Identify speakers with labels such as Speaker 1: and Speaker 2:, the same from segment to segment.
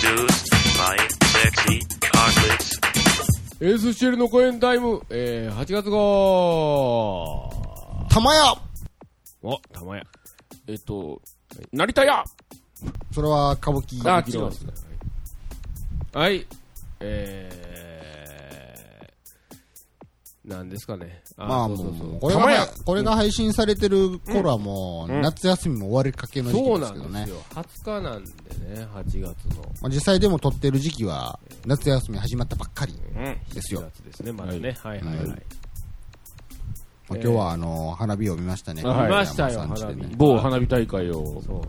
Speaker 1: Produced by Sexy Carlix.
Speaker 2: エースシェルの公演タイム、えー、8月号
Speaker 3: 玉屋
Speaker 2: お、玉や。えっと、成田屋
Speaker 3: それは歌舞伎。
Speaker 2: あ、違います。はい。えー、なんですかね。
Speaker 3: まあ
Speaker 2: そう
Speaker 3: も、
Speaker 2: そうそうう
Speaker 3: これ
Speaker 2: 玉屋
Speaker 3: が、これが配信されてる頃はもう、
Speaker 2: うん
Speaker 3: 夏休みも終わりかけの時
Speaker 2: そ
Speaker 3: 期
Speaker 2: う
Speaker 3: で
Speaker 2: な
Speaker 3: すけど
Speaker 2: んで
Speaker 3: ね
Speaker 2: す。よ。20日なんでね、8月の。
Speaker 3: まあ実際でも撮ってる時期は、夏休み始まったばっかり。
Speaker 2: うん
Speaker 3: ですよ
Speaker 2: 7月ですね、まだね。はいはいはい。
Speaker 3: うんまあ今日はあの、花火を見ましたね。
Speaker 2: 見ましたよ、
Speaker 3: 山さん
Speaker 2: 花
Speaker 3: 家でね
Speaker 2: 火。某花火大会を
Speaker 4: そう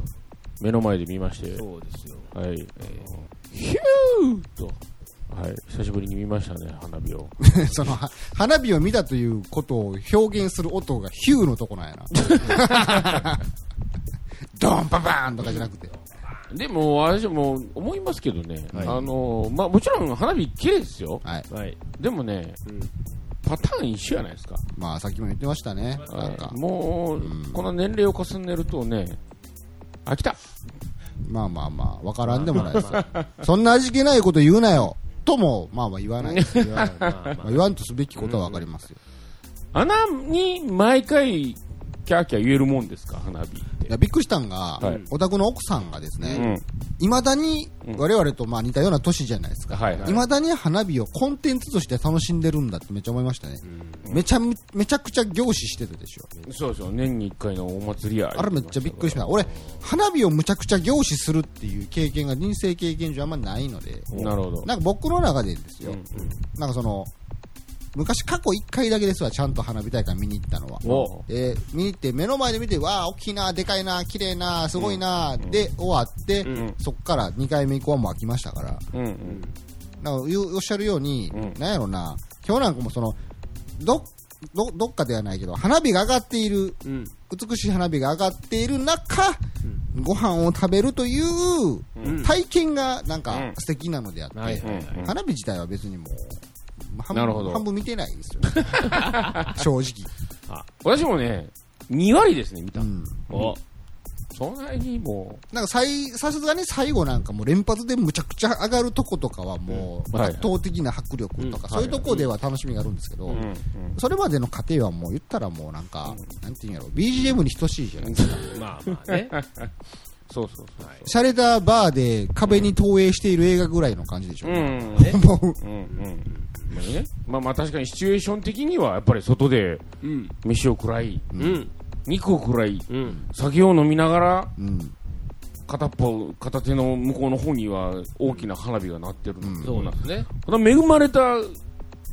Speaker 2: 目の前で見まして。
Speaker 4: そうですよ。
Speaker 2: はい。ヒューと。はい。久しぶりに見ましたね、花火を。
Speaker 3: その、は花火を見たということを表現する音がヒューのとこなんやな。ドンパパーンとかじゃなくて。
Speaker 2: でも、私も思いますけどね、
Speaker 3: はい
Speaker 2: あの、まあ、もちろん花火綺麗ですよ。
Speaker 3: はい。
Speaker 4: はい。
Speaker 2: でもね、
Speaker 4: うん
Speaker 2: パターン一緒じゃないですか。
Speaker 3: まあさっきも言ってましたね。なんか、
Speaker 2: もう、この年齢を重ねるとね、飽きた。
Speaker 3: まあまあまあ、わからんでもないですよ。そんな味気ないこと言うなよ。とも、まあまあ言わないですよ。
Speaker 4: まあまあ
Speaker 3: まあ言わんとすべきことはわかりますよ。
Speaker 2: 穴に毎回、キャーキャー言えるもんですか、花火っ
Speaker 3: い
Speaker 2: て。
Speaker 3: や、びっくりしたんが
Speaker 2: はい、
Speaker 3: お宅の奥さんがです
Speaker 2: う
Speaker 3: ね、
Speaker 2: ん。
Speaker 3: いまだに我々とまあ似たような年じゃないですか。
Speaker 2: はいはい
Speaker 3: いまだに花火をコンテンツとして楽しんでるんだってめっちゃ思いましたね。めちゃめ、めちゃくちゃ凝視してたでしょ。
Speaker 2: そうそう、年に一回のお祭りや。
Speaker 3: あれめっちゃびっくりしました。俺、花火をむちゃくちゃ凝視するっていう経験が人生経験上あんまないので、
Speaker 2: なるほど。
Speaker 3: なんか僕の中でですよ、
Speaker 2: うん
Speaker 3: なんかその、昔過去1回だけですわ、ちゃんと花火大会見に行ったのは。
Speaker 2: お
Speaker 3: で、見に行って、目の前で見て、わあ、大きいな、でかいな、綺麗な、すごいな、で、終わって、
Speaker 2: ん
Speaker 3: そっから2回目以降はもう飽きましたから、
Speaker 2: うんうん。
Speaker 3: なんか言うおっしゃるように、
Speaker 2: うん
Speaker 3: なんやろな、今日なんかもその、ど、ど、どっかではないけど、花火が上がっている、
Speaker 4: うん。
Speaker 3: 美しい花火が上がっている中、ご飯を食べるという
Speaker 4: うん
Speaker 3: 体験がなん
Speaker 2: う
Speaker 3: か
Speaker 2: ん
Speaker 3: 素敵なのであって、
Speaker 4: はいはいは
Speaker 2: うん
Speaker 4: い。
Speaker 3: 花火自体は別にもう、半
Speaker 2: なるほ
Speaker 3: 分
Speaker 2: ど
Speaker 3: 半分見てないですよね。正直。
Speaker 2: あ私もね、2割ですね、見た
Speaker 3: う。ん。
Speaker 2: おそんなにも
Speaker 3: なんかさい、さすがに最後なんかもう連発でむちゃくちゃ上がるとことかはもう
Speaker 2: うんはい
Speaker 3: 圧倒的な迫力とか、そういうとこでは楽しみがあるんですけど、
Speaker 2: う、うん
Speaker 3: それまでの過程はもう言ったらもうなんか、なんていうんやろ、BGM に等しいじゃないですか。
Speaker 4: まあまあね。
Speaker 2: そうそうそう。
Speaker 3: 洒落たバーで壁に投影している映画ぐらいの感じでしょ。
Speaker 2: うんうん
Speaker 3: 思う。
Speaker 2: うんうんまあねまあまあ確かにシチュエーション的にはやっぱり外で
Speaker 4: うん。
Speaker 2: 飯を食らい、
Speaker 4: うん。
Speaker 2: 肉を食らい、
Speaker 4: うん。
Speaker 2: 酒を飲みながら
Speaker 3: うん。
Speaker 2: 片っぽ、片手の向こうの方には大きな花火が鳴ってるの、
Speaker 3: うん
Speaker 4: そうですね。
Speaker 2: この恵まれた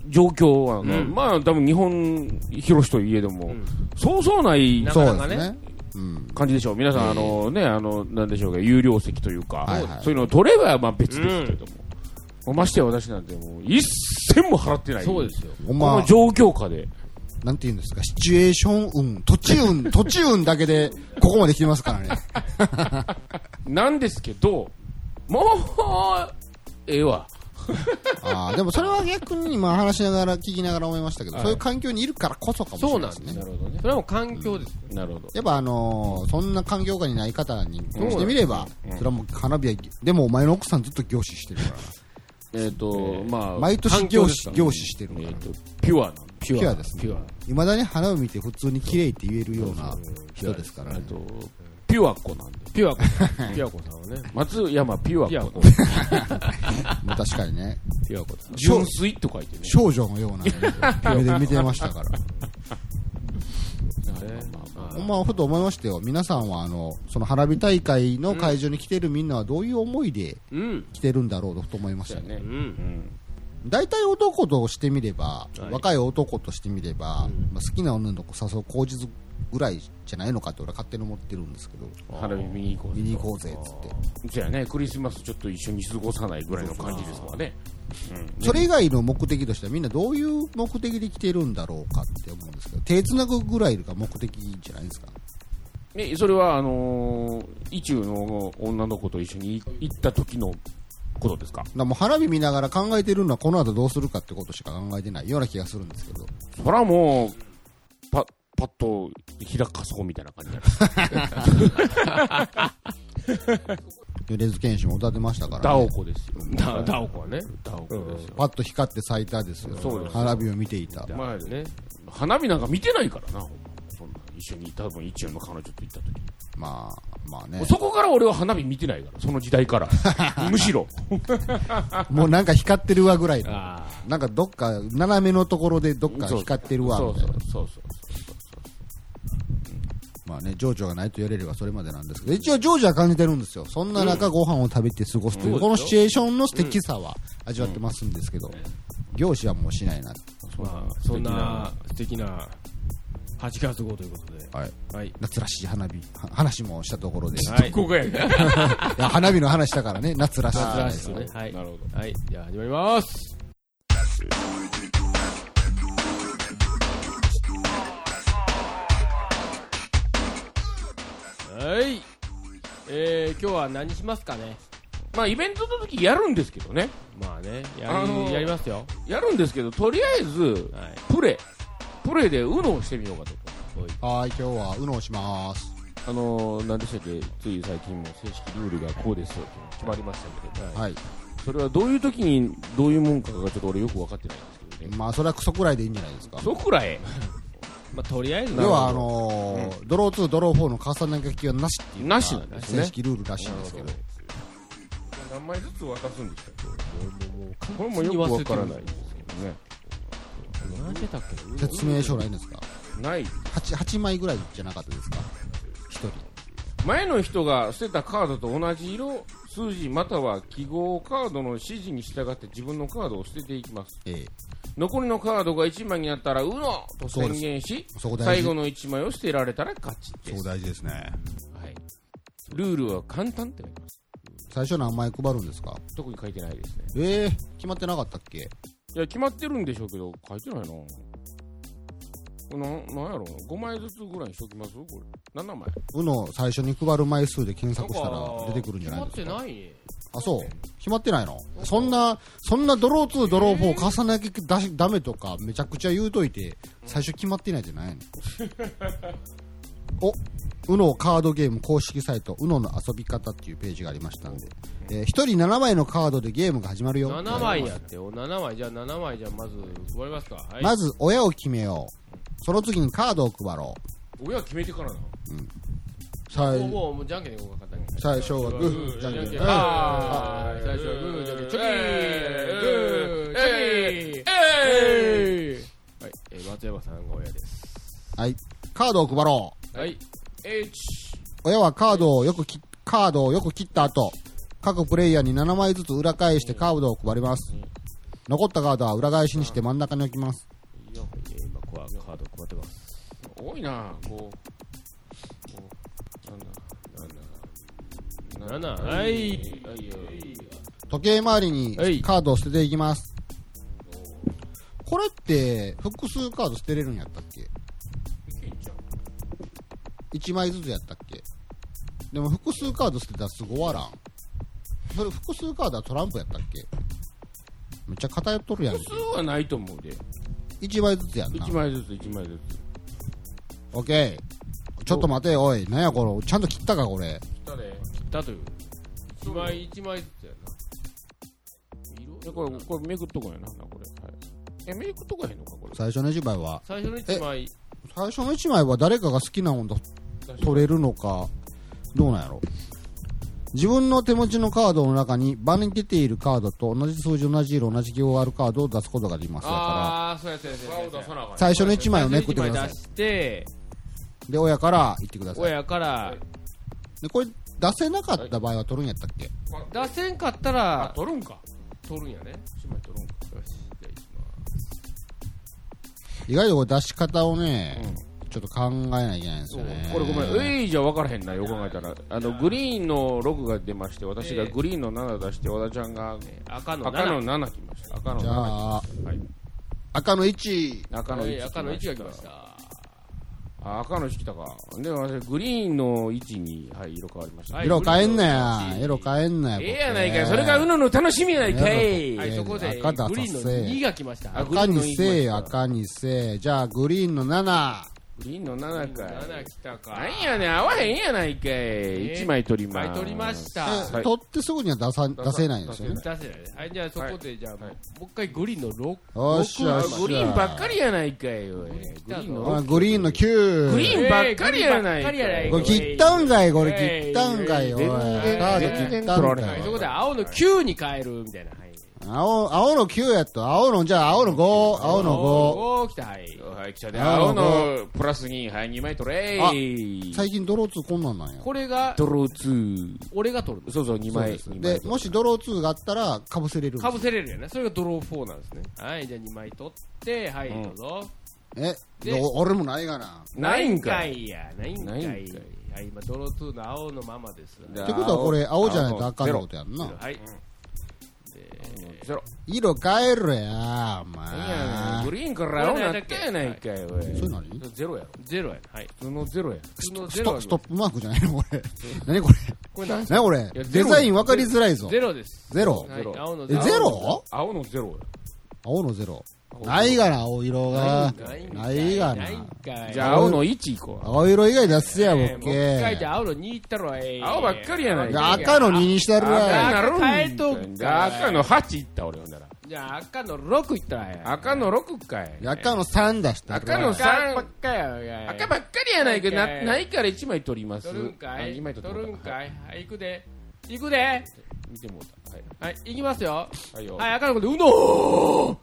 Speaker 2: 状況はね、
Speaker 4: うん
Speaker 2: まあ多分日本広しといえども、
Speaker 4: うん
Speaker 2: そうそうない
Speaker 4: な
Speaker 3: そ
Speaker 4: かな
Speaker 3: う
Speaker 4: か
Speaker 3: で
Speaker 4: ね
Speaker 3: すね。うん。
Speaker 2: 感じでしょう。皆さん、あのね、あの、なんでしょうか、有料席というか、
Speaker 3: はいはい
Speaker 2: そういうのを取ればまあ別ですけれども、もうましてや私なんてもう一銭も払ってない。
Speaker 4: そうですよ。
Speaker 3: ほん
Speaker 2: こ
Speaker 3: ま
Speaker 2: の、状況下で。
Speaker 3: なんて言うんですか、シチュエーション運、土地運、土地運だけで、ここまで来てますからね。
Speaker 2: なんですけど、もう、ええわ。
Speaker 3: ああ、でもそれは逆に今話しながら、聞きながら思いましたけど、
Speaker 2: はい
Speaker 3: そういう環境にいるからこそかもしれ
Speaker 4: そう
Speaker 3: な
Speaker 4: ないん
Speaker 3: です
Speaker 4: で
Speaker 3: ね。
Speaker 4: す。
Speaker 2: なるほどね。
Speaker 4: それはもう環境です。
Speaker 2: なるほど。
Speaker 3: やっぱあのーそんな環境下にない方に
Speaker 2: うん
Speaker 3: してみれば、それはもう花火は、でもお前の奥さんずっと凝視してるから
Speaker 2: えっ、と、まあ、
Speaker 3: 毎年
Speaker 2: 環境
Speaker 3: 凝
Speaker 2: です
Speaker 3: 視
Speaker 2: からね
Speaker 3: 凝視してるか
Speaker 2: え
Speaker 3: ら
Speaker 2: っ、と、ピュアな。ピ
Speaker 3: ピュアですね
Speaker 2: ピュア。
Speaker 3: いまだに花を見て普通に綺麗って言えるような人ですから
Speaker 2: えっ、
Speaker 3: ね。
Speaker 2: と、ピュア子なんで。
Speaker 4: ピュアコさん。ピュアコさんはね。
Speaker 2: 松山ピュア
Speaker 4: ピュア
Speaker 2: 子
Speaker 4: コ。
Speaker 3: まあ確かにね、
Speaker 4: ピュアコさん。
Speaker 2: 純粋と書いてね。
Speaker 3: 少女のような目で見てましたから。
Speaker 2: まあまあ
Speaker 3: ほんまふと思いましたよ、皆さんはあのその花火大会の会場に来てるみんなはどういう思いで
Speaker 4: うん。
Speaker 3: 来てるんだろうとふと思いまし
Speaker 2: そう
Speaker 3: た
Speaker 2: やね。
Speaker 3: ね。
Speaker 2: うん。
Speaker 3: 大体男としてみれば、
Speaker 4: はい
Speaker 3: 若い男としてみれば、まあ、好きな女の子誘う口実ぐらいじゃないのかって俺は勝手に思ってるんですけど、
Speaker 2: 花火見に行こうぜ
Speaker 3: 見に行こうぜっつって。
Speaker 2: そうやね。クリスマスちょっと一緒に過ごさないぐらいの感じですわね。
Speaker 3: それ以外の目的としてはみんなどういう目的で来てるんだろうかって思うんですけど、手繋ぐぐらいが目的じゃないですか。
Speaker 2: ね、それは、あのー、意中の女の子と一緒に行った時のことですか
Speaker 3: だからもう花火見ながら考えてるのはこの後どうするかってことしか考えてないような気がするんですけど。
Speaker 2: そらもう、パパッと開かそうみたいな感じだね
Speaker 3: 米津玄師も歌ってましたから、
Speaker 2: ダオ
Speaker 3: ね、
Speaker 2: コですよ。
Speaker 4: ダダオコはね。
Speaker 2: ダオコですよ。
Speaker 3: パッと光って咲いたですよ
Speaker 2: そうです
Speaker 3: 花火を見ていた
Speaker 2: まあ
Speaker 4: ね。
Speaker 2: 花火なんか見てないからな、そんな一緒に、多分一応の彼女と行った時
Speaker 3: まあまあね
Speaker 2: そこから俺は花火見てないから、その時代 から。むしろ。
Speaker 3: もうなんか光ってるわぐらいの
Speaker 2: あ
Speaker 3: なんかどっか斜めのところでどっか
Speaker 2: そう
Speaker 3: 光ってる
Speaker 2: あ。
Speaker 3: わ
Speaker 2: そ
Speaker 3: み
Speaker 2: う
Speaker 3: たい
Speaker 2: そ
Speaker 3: な
Speaker 2: うそうそう。
Speaker 3: まあね情緒がないと言われればそれまでなんですけど一応情緒は感じてるんですよそんな中ご飯を食べて過ごすという、
Speaker 2: うん
Speaker 3: このシチュエーションの素敵さは味わってますんですけど、業師はもうしないな
Speaker 4: まあ、そんな素敵な8月号ということで。
Speaker 3: はい
Speaker 4: はい。
Speaker 3: 夏らしい花火は話もしたところで、い
Speaker 4: はい。
Speaker 2: ここやね。
Speaker 3: や 花火の話だからね夏らしい
Speaker 4: 夏らしいですね。はい。
Speaker 2: なるほど。
Speaker 4: はい。じゃあ始まります。はい。えー、今日は何しますかね。
Speaker 2: まあ、イベントの時やるんですけどね。
Speaker 4: まあね、やり,、
Speaker 2: あのー
Speaker 4: やりますよ。
Speaker 2: やるんですけど、とりあえず、
Speaker 4: はい。
Speaker 2: プレ。プレで UNO をしてみようかと。
Speaker 3: はい今日はうのをします
Speaker 2: あのー、何でしたっけ、つい最近も正式ルールがこうですよって決まりましたけど、
Speaker 3: はい
Speaker 2: それはどういう時にどういうもんかがちょっと俺よく分かってないんですけどね。
Speaker 3: まあそれはクソくらいでいいんじゃないですか
Speaker 2: そこら へ。
Speaker 4: まあとりあえず、
Speaker 3: 要はあのードロー2ドロー4の重ね書きはなしっていうのが
Speaker 2: なしなんですね
Speaker 3: 正式ルールらしいんですけど
Speaker 2: 何枚ずつ渡すんでしたっ
Speaker 4: もう
Speaker 2: けこれもよく分からないですけどね。
Speaker 4: 何してたっけ
Speaker 3: 説明書ないんですか
Speaker 2: ない。
Speaker 3: 8, 8枚ぐらいじゃなかったですか一人
Speaker 2: 前の人が捨てたカードと同じ色、数字または記号カードの指示に従って自分のカードを捨てていきます。
Speaker 3: ええ
Speaker 2: 残りのカードが1枚になったら、うのと宣言し
Speaker 3: すそこ、大
Speaker 2: 最
Speaker 3: 事
Speaker 2: 後の1枚を捨てられたら勝ちです。
Speaker 3: 大事ですね
Speaker 2: はい、ルールは簡単って書いてます。
Speaker 3: 最初何枚配るんですか
Speaker 2: 特に書いてないですね。
Speaker 3: ええ決まってなかったっけ
Speaker 2: いや、決まってるんでしょうけど、書いてないな。これなんなんやろ ?5 枚ずつぐらいにしときますこれ。7枚。
Speaker 3: うの最初に配る枚数で検索したら出てくるんじゃないですか
Speaker 4: 決まってないね。
Speaker 3: あ、そう。決まってないのそんな、そんなドロー2、ドロー4、重ねきだし、ダメとか、めちゃくちゃ言うといて、最初決まってないじゃないのお、u n o カードゲーム公式サイト、UNO の遊び方っていうページがありましたんで、えー、1人7枚のカードでゲームが始まるよ。
Speaker 4: 7枚やってよ。7枚。じゃあ7枚じゃあまず配りますか。はい。
Speaker 3: まず、親を決めよう。その次にカードを配ろ
Speaker 2: 俺は決めてからな。
Speaker 3: う。最
Speaker 4: もう、もう、もうじゃんけんでこうか、簡単に。
Speaker 3: 最初はグー、
Speaker 4: じ
Speaker 3: じ
Speaker 4: ゃ
Speaker 3: ゃ
Speaker 4: ん
Speaker 3: ん
Speaker 4: け
Speaker 3: け
Speaker 4: ん
Speaker 3: ん。
Speaker 4: は
Speaker 3: うん
Speaker 4: いはい最初はグーじゃんけんチョキグーチョキえいはいえー松山さんが親です
Speaker 3: はい。カードを配ろう。
Speaker 4: はいえいち
Speaker 3: 親はカードをよくきカードをよく切った後、各プレイヤーに7枚ずつ裏返してカードを配ります。残ったカードは裏返しにして真ん中に置きます。
Speaker 4: えー今こうカード配ってます
Speaker 2: 多いなこうこうなんだなんだ
Speaker 4: 7はい
Speaker 2: はいよ
Speaker 3: 時計回りに
Speaker 4: はい
Speaker 3: カードを捨てていきます。これって複数カード捨てれるんやったっけ ?1 枚ずつやったっけでも複数カード捨てたらすごわらん。それ複数カードはトランプやったっけめっちゃ偏っとるやんけ
Speaker 2: 普。通はないと思うで
Speaker 3: 1枚ずつやんな。
Speaker 2: 1枚ずつ1枚ずつ
Speaker 3: オッケー。ちょっと待てよ、おい。なんやこれ。ちゃんと切ったか、これ。
Speaker 2: たで
Speaker 4: 切ったという1枚一枚ずつやな
Speaker 2: これこれめくっとこんやなこれはいえめくっとこへんのかこれ
Speaker 3: 最初の1枚は。
Speaker 4: 最初の1枚
Speaker 3: 最初の1枚は誰かが好きなものと取れるのか、どうなんやろ。自分の手持ちのカードの中に場に出ているカードと同じ数字、同じ色、同じ記号があるカードを出すことができます。だか
Speaker 4: ああそうやそうやそうやそ
Speaker 2: な
Speaker 4: うや
Speaker 2: あかん
Speaker 3: ら、最初の1枚をめくってく
Speaker 4: 最初
Speaker 3: だ
Speaker 4: の
Speaker 3: さ
Speaker 4: 一枚
Speaker 3: い
Speaker 4: 出。して
Speaker 3: で、親から言ってください。
Speaker 4: 親から
Speaker 3: で、これ、出せなかった場合は取るんやったっけ
Speaker 4: 出せんかったら
Speaker 2: 取るんか
Speaker 4: 取るんやね
Speaker 2: 1枚取るんか
Speaker 4: よしじゃあ
Speaker 3: 意
Speaker 4: 一枚
Speaker 3: 外とこれ出し方をね、ちょっと考えないといけないんです
Speaker 2: そう
Speaker 3: よね。
Speaker 2: これごめん、えいじゃ分からへんな、よく考えたら、あのグリーンの6が出まして、私がグリーンの7出して、和田ちゃんが
Speaker 4: 赤の
Speaker 2: 赤の
Speaker 4: 7
Speaker 2: 7来ました、赤の
Speaker 3: じゃ
Speaker 2: 7、
Speaker 3: あ、
Speaker 2: はい、
Speaker 3: 赤の1、
Speaker 2: 赤の
Speaker 4: はい
Speaker 2: 1、
Speaker 4: 赤の1が来ました
Speaker 2: あ赤の1来たか。で、私、グリーンの位置に、はい、色変わりました。
Speaker 4: はい
Speaker 3: 色変えんなや。色変えんなや。
Speaker 2: ええやないかい、それがうのの楽しみやないかい。
Speaker 4: はい、そこで、
Speaker 3: 赤だ
Speaker 4: グリーンの
Speaker 3: させ
Speaker 4: 2が来ました。
Speaker 2: あ
Speaker 4: は
Speaker 2: グリー
Speaker 3: 赤
Speaker 2: ンの
Speaker 3: にせえ、
Speaker 2: 言いました
Speaker 3: 赤にせえ。じゃあ、グリーンの7。
Speaker 2: リンの7回。
Speaker 4: 7来たか。
Speaker 2: なんやねん、合わへんやないかい。
Speaker 4: え
Speaker 2: 1枚取ります。
Speaker 4: はい、取りまし
Speaker 3: え
Speaker 4: た。
Speaker 2: はい
Speaker 3: 取ってすぐには出さ出せないんですよ
Speaker 4: 出
Speaker 3: ね。
Speaker 4: せないね。はい、じゃあそこで、じゃあ、
Speaker 2: はい
Speaker 4: もう一回グリーンの6。
Speaker 3: よっしゃ、よっしゃ
Speaker 2: グリーンばっかりやないかい、おい。グ
Speaker 4: リーン来
Speaker 2: リ
Speaker 4: たぞ
Speaker 2: ーン
Speaker 3: あ
Speaker 2: の。
Speaker 3: グリーンの9。
Speaker 2: グリーンばっかりやないかい。
Speaker 3: こ
Speaker 4: えー
Speaker 3: れ
Speaker 4: グリーンばっかりやないかい
Speaker 3: 切ったんかい、これ
Speaker 4: えー
Speaker 3: 切ったんかい、おい。
Speaker 2: 全
Speaker 3: カ
Speaker 2: 然
Speaker 3: ード切ったん
Speaker 2: 全然取ら
Speaker 3: か
Speaker 2: れ
Speaker 4: は
Speaker 2: へ
Speaker 4: い、
Speaker 2: ん
Speaker 3: い
Speaker 4: そ。こで青の9に変えるみたいな。はい。
Speaker 3: 青、青の9やと、青の、じゃあ青の5、青の
Speaker 4: おー来た、はい。
Speaker 2: はい、来たで、
Speaker 3: 青
Speaker 2: 青
Speaker 3: の
Speaker 2: のプラス2、はい、2枚取れー
Speaker 3: 5。。最近ドロー2こんなんなんや。
Speaker 4: これが、
Speaker 2: ドロー2。
Speaker 4: 俺が取る
Speaker 2: そうそう、2
Speaker 3: そう
Speaker 2: 枚。
Speaker 3: です
Speaker 2: 二枚
Speaker 3: で
Speaker 2: 取、る
Speaker 3: もしドロー2があったら、かぶせれるんで
Speaker 4: の。か
Speaker 3: す
Speaker 4: ぶせれるよね。それがドロー4なんですね。はい、じゃあ2枚取って、はい、
Speaker 2: うん
Speaker 4: どうぞ。
Speaker 3: え
Speaker 4: で
Speaker 3: お俺もないがな。
Speaker 2: ないんかい。
Speaker 4: いや、ないんか。
Speaker 2: ないいん
Speaker 4: は
Speaker 2: かい
Speaker 4: い、今、ドロー2の青のままです。
Speaker 2: じゃあ
Speaker 3: ってことはこれ、青じゃないとあかんのことやんな。
Speaker 4: はい。
Speaker 2: ゼロ。
Speaker 3: 色変えろや、お
Speaker 2: なんやねん
Speaker 3: 前。
Speaker 2: グリーンから青なったやないかい、おい。
Speaker 3: それ何
Speaker 2: ゼロやろ。
Speaker 4: ゼロやね。はい。
Speaker 2: 普通のゼロや。
Speaker 4: 普通の
Speaker 3: ス
Speaker 4: ゼロ
Speaker 3: ト
Speaker 4: は
Speaker 3: ストップマークじゃないのこれ。 何これ。
Speaker 4: これ何
Speaker 3: 何これ。デザイン分かりづらいぞ。
Speaker 4: ゼロです。
Speaker 3: ゼロ。
Speaker 4: はい、青の
Speaker 3: え、ゼロ
Speaker 2: 青のゼロや。
Speaker 3: 青のゼロ。ないがな、青色が。ないがな
Speaker 4: ない。んかい。
Speaker 2: じゃあ青の1いこう。
Speaker 3: 青色以外出すや、ボ
Speaker 4: え
Speaker 3: ッ
Speaker 4: ーもう一回じ
Speaker 3: ケ
Speaker 4: ゃ。あ青の2いったろ、えー
Speaker 2: 青ばっかりやない
Speaker 3: じ
Speaker 2: か
Speaker 3: ゃあ赤の2にしたる
Speaker 2: 赤
Speaker 3: わ。
Speaker 2: なるんかい
Speaker 4: 変えとくかい
Speaker 2: じゃあ赤の8いった俺ほんなら。
Speaker 4: じゃあ赤の6いったわえー
Speaker 2: 赤の6かい。
Speaker 3: 赤の3出したるわ。
Speaker 2: 赤の
Speaker 4: 赤ばっ
Speaker 2: 3。
Speaker 4: かや
Speaker 2: 赤ばっかりやないけど、な
Speaker 4: 赤い
Speaker 2: ないから1枚取ります。
Speaker 4: 取るんか
Speaker 2: あ
Speaker 4: い
Speaker 2: 二枚取って
Speaker 4: 取
Speaker 2: もう
Speaker 4: るん
Speaker 2: た
Speaker 4: かいはい行くで行くではい
Speaker 2: 見てもうた。はい。
Speaker 4: 行きますよ
Speaker 2: はいよ。
Speaker 4: はい赤の子でうの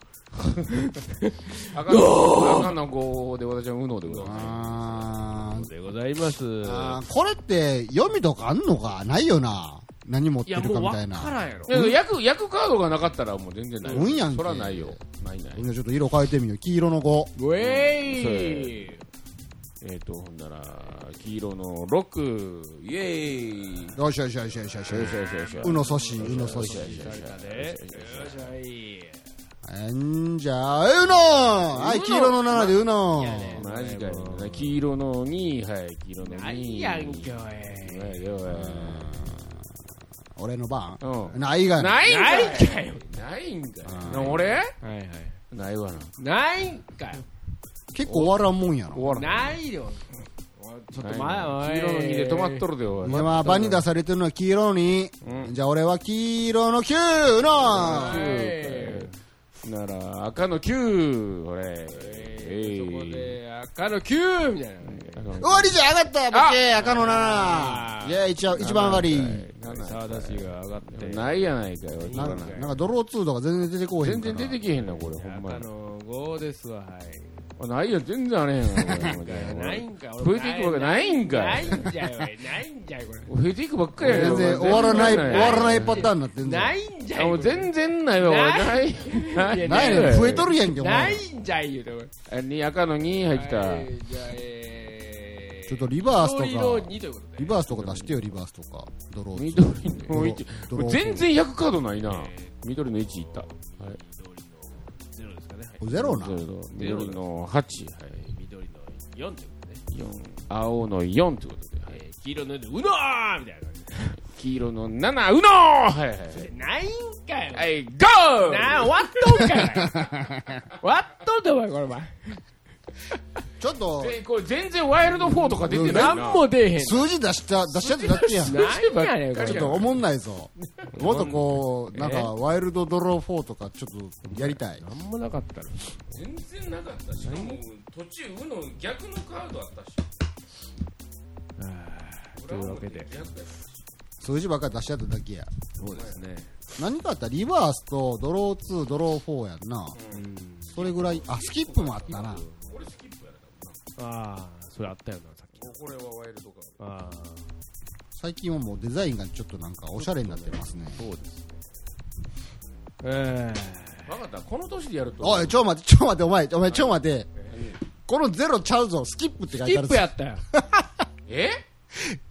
Speaker 2: 赤の赤の5で私はうのでございま
Speaker 3: あー
Speaker 4: でございます
Speaker 3: あーこれって読みとかあんのかないよな。何持っ
Speaker 4: い
Speaker 3: て
Speaker 4: や
Speaker 3: る
Speaker 4: も
Speaker 3: か
Speaker 4: う
Speaker 3: みたい
Speaker 4: 分
Speaker 3: な。
Speaker 4: からんやろ
Speaker 2: す。で役、役カードがなかったらもう全然ない。
Speaker 3: うんやんけ
Speaker 2: そらないよ。ないない
Speaker 3: み。んなちょっと色変えてみよう。黄色の5。
Speaker 4: ウェイ
Speaker 2: えっ、ー、と、ほんなら、黄色の6、イエーイ。
Speaker 3: よしよしよしよしよし
Speaker 2: よいしょよいしょよいしょ。
Speaker 3: うの阻止、うの阻
Speaker 2: よい
Speaker 3: 止。
Speaker 2: しょよいしょよいしょ
Speaker 4: でよっしゃい
Speaker 3: えんじゃあ、うのはい、黄色の7でうの
Speaker 4: いやね
Speaker 2: マジかよ。黄色の2、はい、黄色の2。
Speaker 4: ないやんけお
Speaker 2: はい
Speaker 4: い
Speaker 2: はいはい
Speaker 3: 俺の番
Speaker 2: う
Speaker 3: ないがな。
Speaker 2: ないん
Speaker 4: ない
Speaker 2: かい
Speaker 4: かよ
Speaker 2: ないんか
Speaker 3: う
Speaker 2: い。俺
Speaker 4: はいはい
Speaker 2: ないわな。
Speaker 4: ないんかよ
Speaker 3: 結構終わらんもんやな。
Speaker 2: 終わらん。
Speaker 4: ないよ
Speaker 2: ちょっ
Speaker 4: と前おい
Speaker 2: 黄色の2で止まっとるで、おい。
Speaker 3: でまあ、場に出されてるのは黄色に、じゃあ俺は黄色の9の
Speaker 4: はい
Speaker 2: はいなら、赤の9、ほれ。
Speaker 4: えーそこで赤の9みたいな
Speaker 3: 終わりじゃ上がったボケ赤の
Speaker 4: あ
Speaker 3: 7イェーイ一応一番上がり
Speaker 4: 沢田氏が上がって
Speaker 2: ないやないかよ。
Speaker 4: な
Speaker 3: なんん
Speaker 4: か
Speaker 3: かなんかドロー2とか全然出てこうへ
Speaker 2: 全
Speaker 3: んから
Speaker 2: 然出てけへんな、これ、ほんま
Speaker 4: 赤
Speaker 2: に。
Speaker 4: の5ですわはい
Speaker 2: あないよ、全然あれへんわこれ
Speaker 4: ないんか
Speaker 2: 増えていくわけないんかい
Speaker 4: ないんじゃよないんじゃよこ
Speaker 2: 増えていくばっかりやな
Speaker 3: 全然終わらない終わらないパターンになって
Speaker 4: れ
Speaker 3: んぞ
Speaker 4: ないんじゃ
Speaker 2: あも
Speaker 4: よ
Speaker 2: う全然ないわ、俺。
Speaker 4: な
Speaker 2: ない。ない
Speaker 3: ないね増えとるやんけお
Speaker 4: な
Speaker 3: 前
Speaker 4: いんじゃよこれ
Speaker 2: あに赤の2入ってた。
Speaker 4: はいじゃあえー
Speaker 3: ちょっとリバースとか
Speaker 4: 緑色2ということで
Speaker 3: リバースとか出してよリバースとかドロー
Speaker 2: 緑
Speaker 3: 2
Speaker 2: の1。これ全然100カードないな。緑の1いった。はい。
Speaker 4: ゼロですかねはい
Speaker 3: ゼロな
Speaker 2: 緑の8。はい。
Speaker 4: 緑の4ということで
Speaker 2: 四青の4ってことで。はい
Speaker 4: えー黄色の4でうのーみたいな感じ
Speaker 2: 黄色の7、うのーはいはい
Speaker 4: でないんかよ
Speaker 2: はい。はい、ゴー
Speaker 4: なあ、終わっとんかい終わっとんだお前、これお前。
Speaker 3: ちょっと
Speaker 2: でこれ全然ワイルド4とか出てないな。
Speaker 4: なんも出えへん。
Speaker 3: 数字出した出しちゃってだってやんち
Speaker 4: なんやねん、これ。
Speaker 3: ょっとおもんないぞもっとこうなんかワイルドドロー4とかちょっとやりたい
Speaker 4: なんもなかったら。
Speaker 2: 全然なかったし、もう途中、うの逆のカードあったし。
Speaker 4: というわけで。
Speaker 3: 数字ばっかり出しちゃっただけや
Speaker 4: そうですね。
Speaker 3: 何かあったらリバースとドロー2ドロー4やんなそれぐらいあスキップもあったな
Speaker 4: ああ、それあったよな、さっき。
Speaker 2: これはワイルドカード。
Speaker 4: ああ、
Speaker 3: 最近はもうデザインがちょっとなんかおしゃれになってますね
Speaker 4: そうですね。え
Speaker 2: わかった、この年でやると。
Speaker 3: おいちょ待ってちょ待ってお前お前ちょ待ってこのゼロちゃうぞスキップって書
Speaker 4: え
Speaker 3: い
Speaker 4: キ
Speaker 3: てあ
Speaker 4: ッ
Speaker 3: る
Speaker 4: プ
Speaker 3: ぞ
Speaker 4: やったよ。
Speaker 2: え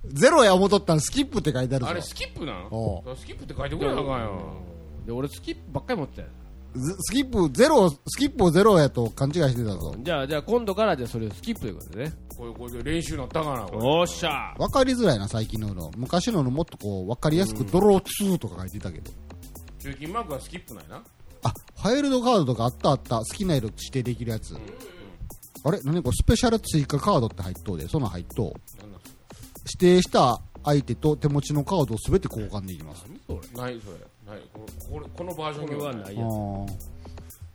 Speaker 3: ゼロや思うとったらスキップって書いてあるぞ
Speaker 2: あれスキップなん
Speaker 3: お
Speaker 2: スキップって書いてくれなあかんよ。
Speaker 4: で、俺スキップばっかり持ってたよ。
Speaker 3: ずスキップゼロスキップをゼロやと勘違いしてたぞ
Speaker 4: じゃあ、じゃあ今度からじゃあそれをスキップということでね。
Speaker 2: これ、これで練習になったかな、こ
Speaker 4: おっしゃ
Speaker 3: 分かりづらいな最近のの昔ののもっとこう分かりやすくドロー2とか書いてたけど
Speaker 2: れ。中金マークはスキップないな。
Speaker 3: あファイルドカードとかあったあった好きな色指定できるやつあれ何これスペシャル追加カードって入っとうで、その入っとう。指定した相手と手持ちのカードをすべて交換できます。
Speaker 4: 何それ
Speaker 2: ないそれないこれこれこのバージョン
Speaker 4: これ
Speaker 2: で
Speaker 4: は
Speaker 2: は
Speaker 4: な
Speaker 2: ないい
Speaker 3: あ
Speaker 4: や
Speaker 3: ー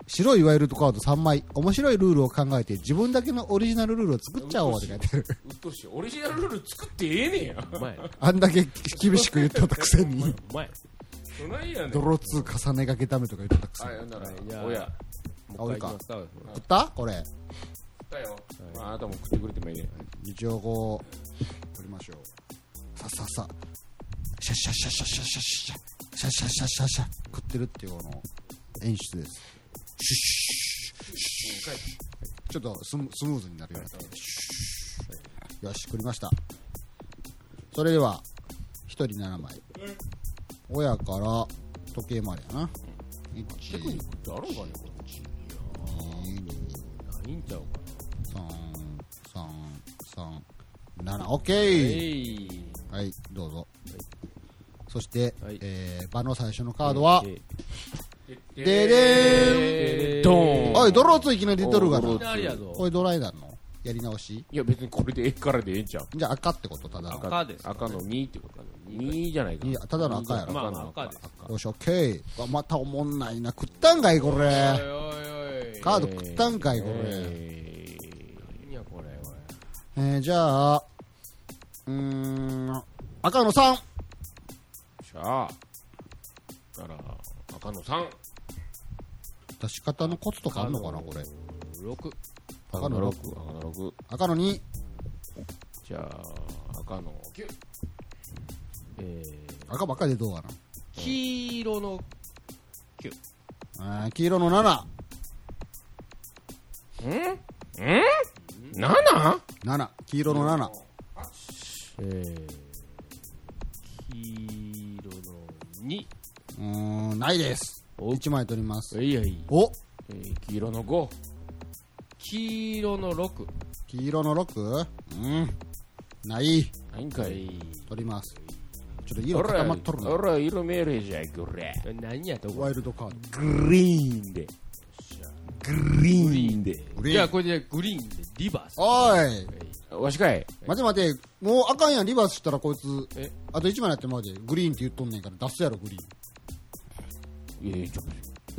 Speaker 3: 白いワイルドカード3枚、面白いルールを考えて自分だけのオリジナルルールを作っちゃおうって書いてある。
Speaker 2: うっとうしいオリジナルルール作ってええねんや
Speaker 4: つお前や
Speaker 3: あんだけ厳しく言っとったくせに、
Speaker 4: お前や
Speaker 2: どないやねん
Speaker 3: 泥2重ねがけダメとか言っとったくせ
Speaker 2: は
Speaker 3: に。
Speaker 2: いほんなら
Speaker 4: じゃあ
Speaker 2: おや
Speaker 4: もう一回いきますか
Speaker 3: 食ったこれ。
Speaker 2: だよまああなたも食ってくれてもいいね
Speaker 3: 一応こう、取りましょう。さささ。シャシャシャシャシャシャシャシャシャシャシャシャ食ってるっていうこの演出です。シュッシュッシュッシュッちょっとスムスムーズになるようになってきたシュッシュッよし、食りました。それでは、一人7枚。親から時計までやな。1、2、
Speaker 4: あろうかねこれないんちゃうか
Speaker 3: 3、3、3、7、オッケー
Speaker 4: い
Speaker 3: はい、どうぞ。そして、
Speaker 4: はい
Speaker 3: えー、場の最初のカードは、で
Speaker 4: え
Speaker 3: で
Speaker 4: ー
Speaker 2: ド
Speaker 3: ー
Speaker 2: ー
Speaker 3: ん
Speaker 2: ン
Speaker 3: おい、ドローツいきなり出とるが
Speaker 4: いき
Speaker 3: な。
Speaker 4: なりやぞ
Speaker 3: これドライなのやり直し
Speaker 2: いや別にこれでええからでええんちゃう
Speaker 3: じゃあ赤ってこと、ただの。
Speaker 4: 赤です
Speaker 2: 赤の2ってこと2じゃないか
Speaker 3: いやただの赤やろ
Speaker 4: まあ
Speaker 2: 赤の
Speaker 4: 赤です
Speaker 3: よし、オッケー。あまたおもんないな。食ったんかい、こ
Speaker 4: おい
Speaker 3: れ。
Speaker 4: おいおい
Speaker 3: カード食ったんかい、これ。
Speaker 2: え
Speaker 4: 何やこれおい
Speaker 3: えー、じゃあ、うーん、赤の 3!
Speaker 2: ーじゃあだから赤の3
Speaker 3: 出し方のコツとかあるのかな、これ。
Speaker 4: 六
Speaker 3: 赤の6。
Speaker 2: 6赤の6
Speaker 3: 赤の2。
Speaker 2: じゃあ赤の9
Speaker 4: え
Speaker 3: 赤ばっかりでどうか
Speaker 4: ー黄色の
Speaker 3: な。えー、黄色の7。
Speaker 2: 7?
Speaker 3: 7。黄色の7。
Speaker 4: えー黄色の二
Speaker 3: うーん、ないです。
Speaker 4: お
Speaker 3: 1枚取ります。
Speaker 4: いやい
Speaker 3: お
Speaker 2: えー黄色の5
Speaker 4: 黄色の六
Speaker 3: 黄色の 6? うん。ない。
Speaker 2: 何かい
Speaker 3: 取ります。ちょっと色固まっとる
Speaker 2: ほ
Speaker 3: な。
Speaker 2: ら色命令じゃいこれ
Speaker 4: 何やとこ
Speaker 3: ワ
Speaker 4: れ
Speaker 3: イルドカード。
Speaker 2: グリーンでグリーンで
Speaker 3: グリ
Speaker 4: じゃ
Speaker 3: ー
Speaker 4: あ
Speaker 3: ン。
Speaker 4: これでグリーンでリバース
Speaker 3: おい
Speaker 2: わしかい
Speaker 3: 待て待て、もうあかんやん、リバースしたらこいつ
Speaker 4: え、
Speaker 3: あと1枚やってまうで、グリーンって言っとんねんから、出すやろ、グリーン。
Speaker 2: いやいやちょ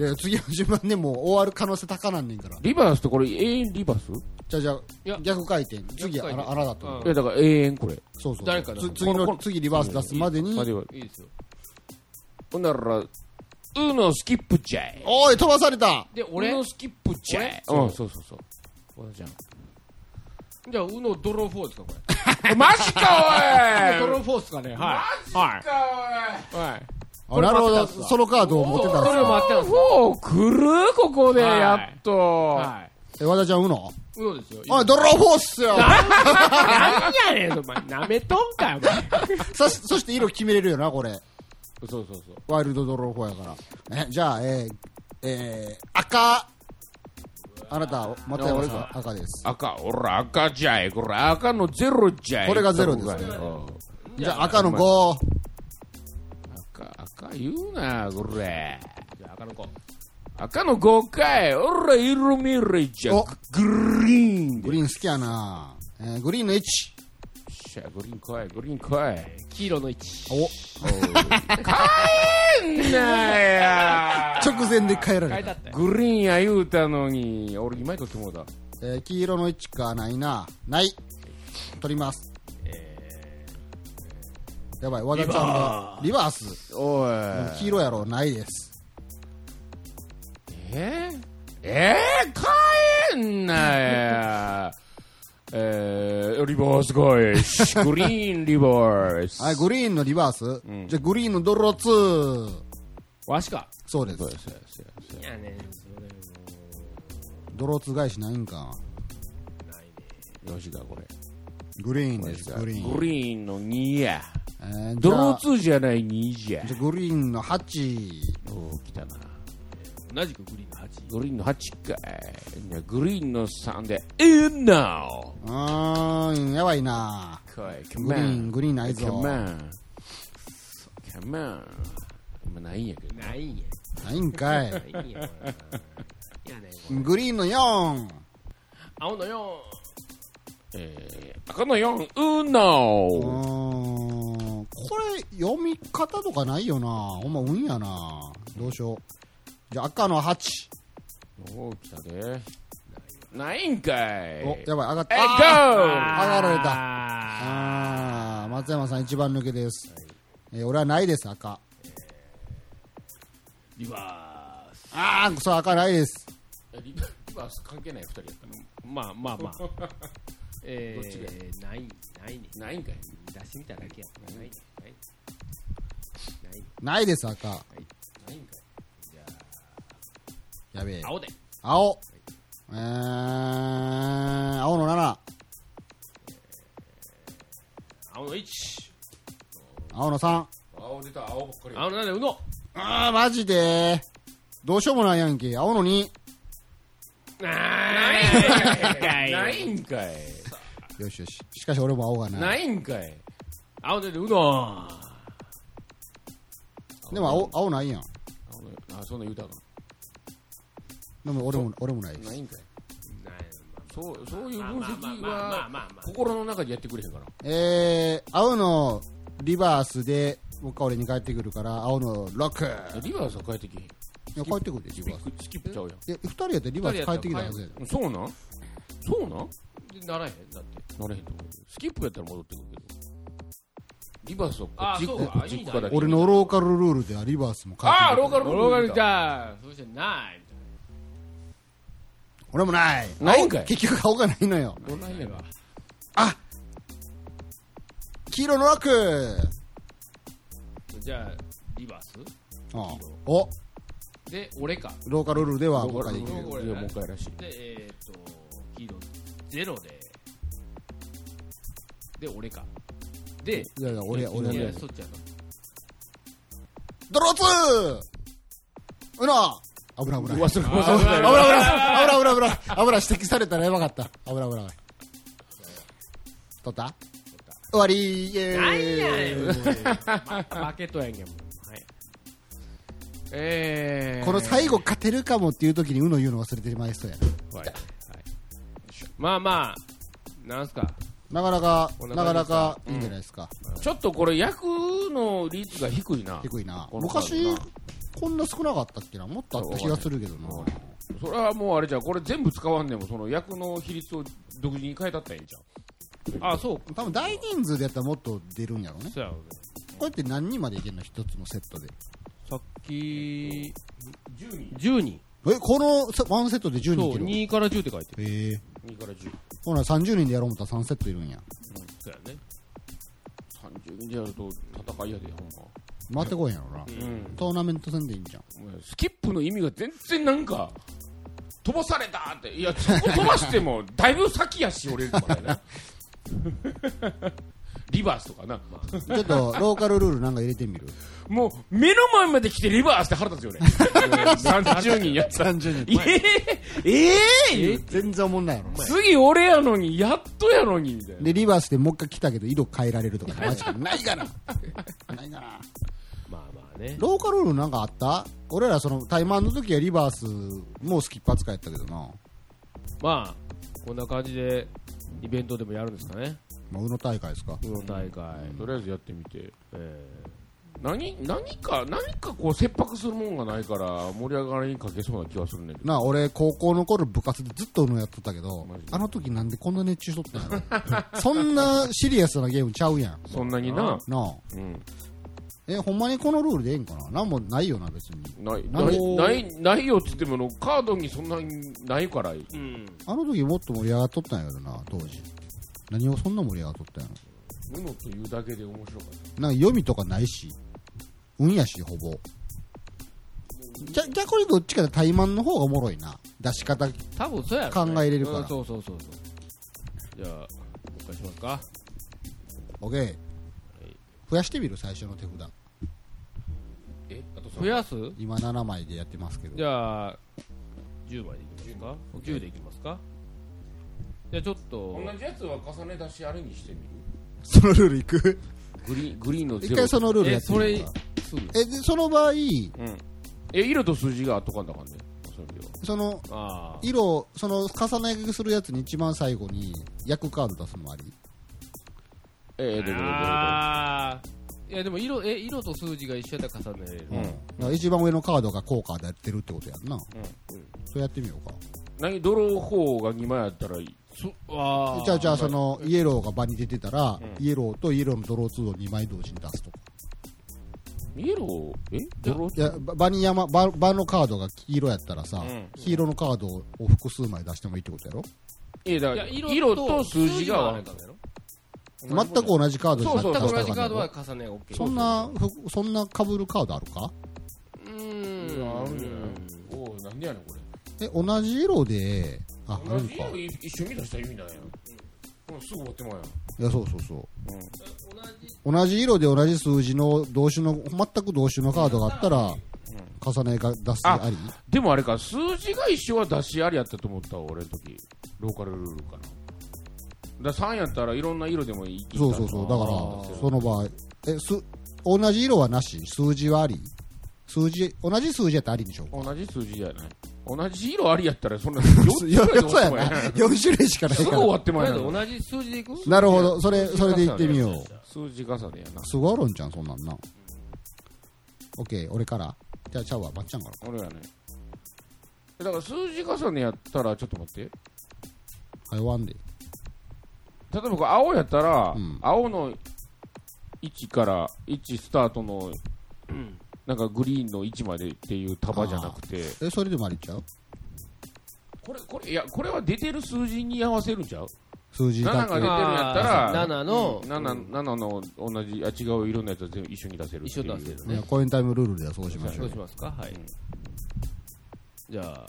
Speaker 3: で、次の順番でもう終わる可能性高なんねんから。
Speaker 2: リバースとこれ永遠リバース
Speaker 3: じゃあじゃ
Speaker 4: いや
Speaker 3: あ、逆回転。次、あ
Speaker 4: 逆回
Speaker 3: ら、
Speaker 4: 転
Speaker 3: あらだと思う。
Speaker 2: いやだから永遠これ
Speaker 3: そうそう。
Speaker 4: 誰かだ
Speaker 3: つ次
Speaker 2: このこ
Speaker 3: の、
Speaker 2: の
Speaker 3: 次リバース出すまでに
Speaker 2: ま、ではい
Speaker 4: いですよ
Speaker 2: ほんならうのスキップじゃい
Speaker 3: おい、飛ばされた
Speaker 4: で俺
Speaker 2: うのスキップじゃい
Speaker 4: 俺
Speaker 2: うんそうそうそうおじゃん
Speaker 4: じゃあうのドローフォーですかこれ
Speaker 2: マジか
Speaker 4: ド
Speaker 2: お
Speaker 4: ロ
Speaker 2: い
Speaker 4: ーフォーですかねはい
Speaker 2: はい
Speaker 4: はい
Speaker 3: あなるほど、そのカードを持ってたんで
Speaker 4: こ
Speaker 3: す
Speaker 4: れ
Speaker 3: か
Speaker 4: 待って ます
Speaker 2: お来るここでやっと
Speaker 4: は
Speaker 3: え、和田ちゃん、うの
Speaker 4: い。うのですよ。
Speaker 3: おい、ドローフォーっすよ
Speaker 4: なんやねん、お前。舐めとんかよ、
Speaker 3: そしそして色決めれるよな、これ。
Speaker 2: そうそうそう
Speaker 3: ワイルドドロー4やから。え、じゃあ、えー、えー、赤。あなた、松山さん、赤です。
Speaker 2: 赤、おら、赤じゃい。これ、赤のゼロじゃい。
Speaker 3: これがゼロですね
Speaker 2: うん
Speaker 3: じゃあ、赤の5。
Speaker 2: 赤、赤言うな、これ。
Speaker 4: じゃあ、赤の子。
Speaker 2: 赤の5回、おら、色見るじゃ
Speaker 3: お
Speaker 2: ん。グリーン
Speaker 3: グ
Speaker 2: で。
Speaker 3: リーン好きやなえー、グリーンの1。
Speaker 2: しゃ、グリーン来い、グリーン来い。
Speaker 4: 黄色の1。
Speaker 3: お、
Speaker 2: 変な や。
Speaker 3: 直前で変えら
Speaker 4: 変え
Speaker 3: れ
Speaker 4: た
Speaker 3: た。
Speaker 4: ったよ。
Speaker 2: グリーンや言うたのに、俺、今取ってもうた。
Speaker 3: えー、黄色の1か、ないな。ない。取ります。やばい、和田ちゃんが、リバース。
Speaker 2: おい。
Speaker 3: 黄色やろ、ないです。
Speaker 2: えー、えー、帰んなや。 えー、リバース来い シ。グリーンリバース。
Speaker 3: はい、グリーンのリバース。
Speaker 2: ん
Speaker 3: じゃあ、グリーンのドロー2。
Speaker 4: わしか。
Speaker 3: そうです。
Speaker 2: そうやそうやそうや
Speaker 4: やねん、それも
Speaker 3: ドローツ返しないんか。
Speaker 2: どうしだこれ。
Speaker 3: グリーンです、グリーン。
Speaker 2: グリーンの2や。
Speaker 3: えー
Speaker 2: ドロー2じゃない2じゃ
Speaker 3: じゃあ。じゃあグリーンの8。
Speaker 2: おー、来たな。
Speaker 4: 同じくグリーンの8。
Speaker 2: グリーンの8かい。いやグリーンの3で、えー、なお
Speaker 3: うーん、やばいな。
Speaker 2: かい、
Speaker 3: グリーン、グリーンない
Speaker 2: カ
Speaker 3: ぞ
Speaker 2: モ。ン。カモン。今ないんやけど。
Speaker 4: ないんや。
Speaker 3: ないんかい。
Speaker 4: ないんや、これ。いやねん、こ
Speaker 3: グリーンの4。
Speaker 4: 青の4。
Speaker 2: えー、赤の4、うの
Speaker 3: ん。これ、読み方とかないよな。ほんま、運やな。どうしよう。じゃあ、赤の8。
Speaker 2: おー、来たで。ないんかい。
Speaker 3: お、やばい、上がっ
Speaker 2: え
Speaker 3: た。
Speaker 2: い、
Speaker 3: あ
Speaker 2: ゴ
Speaker 3: ー
Speaker 2: ー
Speaker 3: 上がられた。
Speaker 4: た。
Speaker 3: あー松山さん一番抜けです。えー俺はないです、赤。
Speaker 4: リバース。
Speaker 3: あー、そう、赤ないです。
Speaker 2: リバリバース関係ない2人やっ
Speaker 4: まあまあまあ。え
Speaker 2: どっち
Speaker 4: ー、ない、ないね。
Speaker 2: たの。ないんかい。
Speaker 4: 出してみただけや。ない、ない、ない。
Speaker 3: ないです、赤。
Speaker 4: ないんかい。
Speaker 3: やべえ。
Speaker 4: 青で。
Speaker 3: 青。えー、青の7。
Speaker 4: 青の1。
Speaker 3: 青の3。
Speaker 2: 青出た、青ばっかり。
Speaker 4: 青の7で、うの。
Speaker 3: あー、マジで。どうしようもないやんけ。青の2。
Speaker 4: ない
Speaker 2: ないんかい。
Speaker 3: よしよし。しかし俺も青がない。
Speaker 2: ないんかい。
Speaker 4: 青で、うの。
Speaker 3: でも青、青ないやん。
Speaker 2: 青のあ、そんなん言うたの。
Speaker 3: でも俺も、俺もないで
Speaker 2: な
Speaker 3: す。
Speaker 2: いんかい。
Speaker 4: ない
Speaker 2: そう、そういう
Speaker 4: まあ
Speaker 2: 分
Speaker 4: まあまあ
Speaker 2: 析
Speaker 4: まあまあ
Speaker 2: は、
Speaker 4: まあまあ。
Speaker 2: 心の中でやってくれへんから。
Speaker 3: えー、青のリバースで、もう一回俺に帰ってくるから、青の6。
Speaker 2: えリバースは帰ってきへん。
Speaker 3: いや帰ってくるで、リ
Speaker 2: スキ
Speaker 3: バース。
Speaker 2: ップスキップちゃうやん。
Speaker 3: え、二人やったらリバース帰ってきたはずやで。
Speaker 2: そうなんそうなん
Speaker 4: でならへんだって。
Speaker 2: なれへんと思うスキップやったら戻ってくるけどリバースを
Speaker 4: あー
Speaker 2: ジッ
Speaker 4: そうか
Speaker 2: クジックから
Speaker 4: いいんだ
Speaker 3: 俺のローカルルールではリバースも帰って
Speaker 2: ああ
Speaker 3: くる
Speaker 2: ローカル
Speaker 4: ローガル
Speaker 2: ー
Speaker 4: だ。そしてない。
Speaker 3: 俺もない。
Speaker 2: ないんかい
Speaker 3: 結局青がないのよ。
Speaker 2: どないやろ
Speaker 3: あ黄色の6。
Speaker 4: じゃあ、リバース
Speaker 3: ああお、
Speaker 4: で、俺か。
Speaker 3: ローカルルールでは
Speaker 2: ロー
Speaker 3: もう
Speaker 2: カ
Speaker 3: 一
Speaker 2: ルル
Speaker 3: 回できる。
Speaker 2: ールでもう一回らしい
Speaker 4: で、えっ、と、黄色ゼロで、で、俺か。で、
Speaker 3: いやいや、俺、俺
Speaker 4: い
Speaker 3: や
Speaker 4: や、
Speaker 3: る。
Speaker 4: そっちやな。
Speaker 3: ドローツーうな危ない危ない。危
Speaker 2: 忘
Speaker 3: ない
Speaker 2: れ
Speaker 3: 危
Speaker 2: 物
Speaker 3: な
Speaker 2: だ
Speaker 3: い危
Speaker 2: よ
Speaker 3: ない危ない危ない危ない指摘されたらやばかった。危ない危ない。取った終わりイエ
Speaker 4: なんやねん、
Speaker 3: ー
Speaker 4: も
Speaker 3: イ
Speaker 4: う。バケットやんけ、もう。はい。えー、
Speaker 3: この最後勝てるかもっていう時にうの言うの忘れてまいそうや
Speaker 4: はい。はい、まあまあ、なんすか。
Speaker 3: な。なかなか、
Speaker 4: こん
Speaker 3: な
Speaker 4: な
Speaker 3: か
Speaker 4: 感じ
Speaker 3: な
Speaker 4: ですか
Speaker 3: かいいんじゃないですか。
Speaker 2: ちょっとこれ役の率が低いな
Speaker 3: 低いな。
Speaker 2: この感じ
Speaker 3: 昔
Speaker 2: な、
Speaker 3: こんな少なかったっけな。もっとあった気がするけどな。
Speaker 2: それはもうあれじゃんこれ全部使わんでもその役の比率を独自に変えたったらいいじゃん
Speaker 4: あ、そう。
Speaker 3: 多分大人数でやったらもっと出るんやろうね。
Speaker 4: そうやろね。
Speaker 3: こうやって何人までいけるの一つのセットで。
Speaker 4: さっき、10人。10人。
Speaker 3: え、このせワンセットで10人
Speaker 4: そ、
Speaker 3: いうける
Speaker 4: 2から10って書いてる。
Speaker 3: へえ。
Speaker 2: 2から10
Speaker 3: ほな30人でやろう思ったら3セットいるんや。
Speaker 4: そうやね。
Speaker 2: 30人でやると戦いやでほんま
Speaker 3: 回ってこいんやろな。
Speaker 2: うん
Speaker 3: トーナメント戦でいいんじゃん。
Speaker 2: スキップの意味が全然なんか飛ばされたっていやそこ飛ばしてもだいぶ先やし俺とかねリバースとかな
Speaker 3: ちょっと ローカルルールなんか入れてみる。
Speaker 2: もう目の前まで来てリバースって腹 立つよね30人やったら
Speaker 3: 30
Speaker 2: え。えええ
Speaker 3: 全然おもんないやろ。
Speaker 2: 次俺やのにやっとやのにみたいな
Speaker 3: で、リバースでもう一回来たけど色変えられるとかマジ か。ないかな。ないかな。
Speaker 4: まあまあね。
Speaker 3: ローカルルールなんかあった俺らそのタイマンの時はリバースもうスキップ扱いやったけどな。
Speaker 4: まあ、こんな感じで、イベントでもやるんですかね。
Speaker 3: まあ、ウノ大会ですか。
Speaker 4: この大会。
Speaker 2: とりあえずやってみて
Speaker 4: え
Speaker 2: 何何か何かこう切迫するもんがないから盛り上がりに欠けそうな気はするねんけど
Speaker 3: なあ俺高校の頃部活でずっとうのやっとったけど
Speaker 2: マジで
Speaker 3: あの時なんでこんな熱中しとったんやろ そんなシリアスなゲームちゃうやん
Speaker 2: そんなにな
Speaker 3: なあ
Speaker 2: うん
Speaker 3: えほんまにこのルールでええんかななんもないよな別に
Speaker 2: ない
Speaker 3: な
Speaker 2: ない
Speaker 3: るほど
Speaker 2: ないないよっつってものカードにそんなにないから
Speaker 4: えうん。
Speaker 3: あの時もっと盛り上がっとったんやけどな当時何をそんな盛り上がっとったんやろ
Speaker 2: うのというだけで面白かっ
Speaker 3: なんか読みとかないし運やしほぼじゃ逆にどっちかで怠慢の方がおもろいな出し方
Speaker 4: 多分そうや
Speaker 3: 考えれるから
Speaker 4: うんそうそうそうそう。じゃあ、もう一回しますか。
Speaker 3: OK 増やしてみる最初の手札
Speaker 2: たえあと
Speaker 4: 増やす
Speaker 3: 今7枚でやってますけど
Speaker 4: じゃあ、10枚でいきますか ?10 でいきますかじゃあちょっと、
Speaker 2: 同じやつは重ね出しあれにしてみる
Speaker 3: そのルールいく
Speaker 2: グリーングリーンのゼ
Speaker 3: 一
Speaker 2: ロ
Speaker 3: 回そのルールや
Speaker 4: え、
Speaker 3: って
Speaker 4: そ
Speaker 3: み
Speaker 4: れ
Speaker 3: るか、
Speaker 4: すぐ
Speaker 3: えでその場合
Speaker 2: うんえ色と数字があっとかんだかんね
Speaker 4: その色。
Speaker 3: その、
Speaker 4: ああ。
Speaker 3: 色を、その、重ね書きするやつに一番最後に、焼くカード出すのもあり。
Speaker 2: えー、どこどこどこ
Speaker 4: ああ。いや、でも色、え、色と数字が一緒やったら重ねられる。
Speaker 2: うん
Speaker 3: だから一番上のカードが効果でやってるってことやんな。それやってみようか。
Speaker 2: 何ドロー4が2枚あったらいい
Speaker 4: そああ。
Speaker 3: じゃあ、じゃあ、その、イエローが場に出てたら、イエローとイエローのドロー2を2枚同時に出すとか。
Speaker 2: イエローえドロー
Speaker 3: いや、ば場に山、場場のカードが黄色やったらさ、
Speaker 2: ん
Speaker 3: 黄色のカードを複数枚出してもいいってことやろ
Speaker 2: えだ
Speaker 4: い
Speaker 2: から
Speaker 4: や
Speaker 2: 色
Speaker 4: 色
Speaker 2: と数字が
Speaker 4: 合
Speaker 2: 合
Speaker 4: わ
Speaker 2: わ
Speaker 4: なかったやろ
Speaker 3: 全く同じカードじゃな
Speaker 2: そう
Speaker 3: く
Speaker 2: そう
Speaker 3: て
Speaker 2: そ
Speaker 3: 出
Speaker 2: う
Speaker 3: し
Speaker 2: 同
Speaker 3: たらあかん
Speaker 4: 同じカ
Speaker 3: や
Speaker 4: ードは
Speaker 3: ろ
Speaker 4: 重ね OK。
Speaker 3: そんな、ふそんな被るカードあるか
Speaker 4: うーん。
Speaker 2: 合うおなんでやねんこれ
Speaker 3: え、同じ色で、あ、あ
Speaker 2: 同
Speaker 3: る
Speaker 2: じ
Speaker 3: か
Speaker 2: 色。一緒に出したら意味ないやん、うん、すぐ持ってまうやん
Speaker 3: いや、そうそうそう。同じ色で同じ数字の同種の、全く同種のカードがあったら、重ねが出すあり
Speaker 2: でもあれか数字が一緒は出しありやったと思ったわ俺の時ローカルルールかなだから3やったらいろんな色でもいい
Speaker 3: そうそうそう。だから、その場合、え、す、同じ色はなし数字はあり数字、同じ数字やったらありでしょ
Speaker 2: 同じ数字じゃない同じ色ありやったらそんな4
Speaker 3: いや、
Speaker 2: つぐらいで
Speaker 3: そう
Speaker 2: 終わっ
Speaker 3: や
Speaker 2: てまう
Speaker 3: な。
Speaker 2: やん
Speaker 3: 4種類しかない
Speaker 2: すぐ
Speaker 3: か
Speaker 2: 終わ
Speaker 3: ら。
Speaker 2: ってまう
Speaker 4: ま
Speaker 2: や
Speaker 4: ず
Speaker 2: ん
Speaker 4: 同じ数字でいく
Speaker 3: なるほど。それ、それで行ってみよう。
Speaker 2: 数字重ねやな
Speaker 3: すごいあるんじゃん、そんなんな。オッケー、俺から。じゃあ、ちゃうわ、ばっちゃんから。
Speaker 2: 俺やねだから数字重ねやったらちょっと待って
Speaker 3: はい、ワンで。
Speaker 2: 例えばこれ青やったら、
Speaker 3: うん
Speaker 2: 青の1から1スタートの、なんかグリーンの1までっていう束じゃなくて
Speaker 3: え、それでもありちゃう
Speaker 2: これこれいやこれは出てる数字に合わせるんちゃう
Speaker 3: 数字
Speaker 2: 7
Speaker 3: だ
Speaker 2: が出てるん
Speaker 3: け。
Speaker 2: やったら
Speaker 4: あー7の
Speaker 2: うん 7, 7の同じあ違う色のやつは全部一緒に出せるって
Speaker 4: 一緒
Speaker 2: いう
Speaker 4: に出せる
Speaker 3: い
Speaker 4: ね
Speaker 3: や。コインタイムルールではそうしましょ
Speaker 4: どう
Speaker 3: う
Speaker 4: し。ますかはい。じゃあ、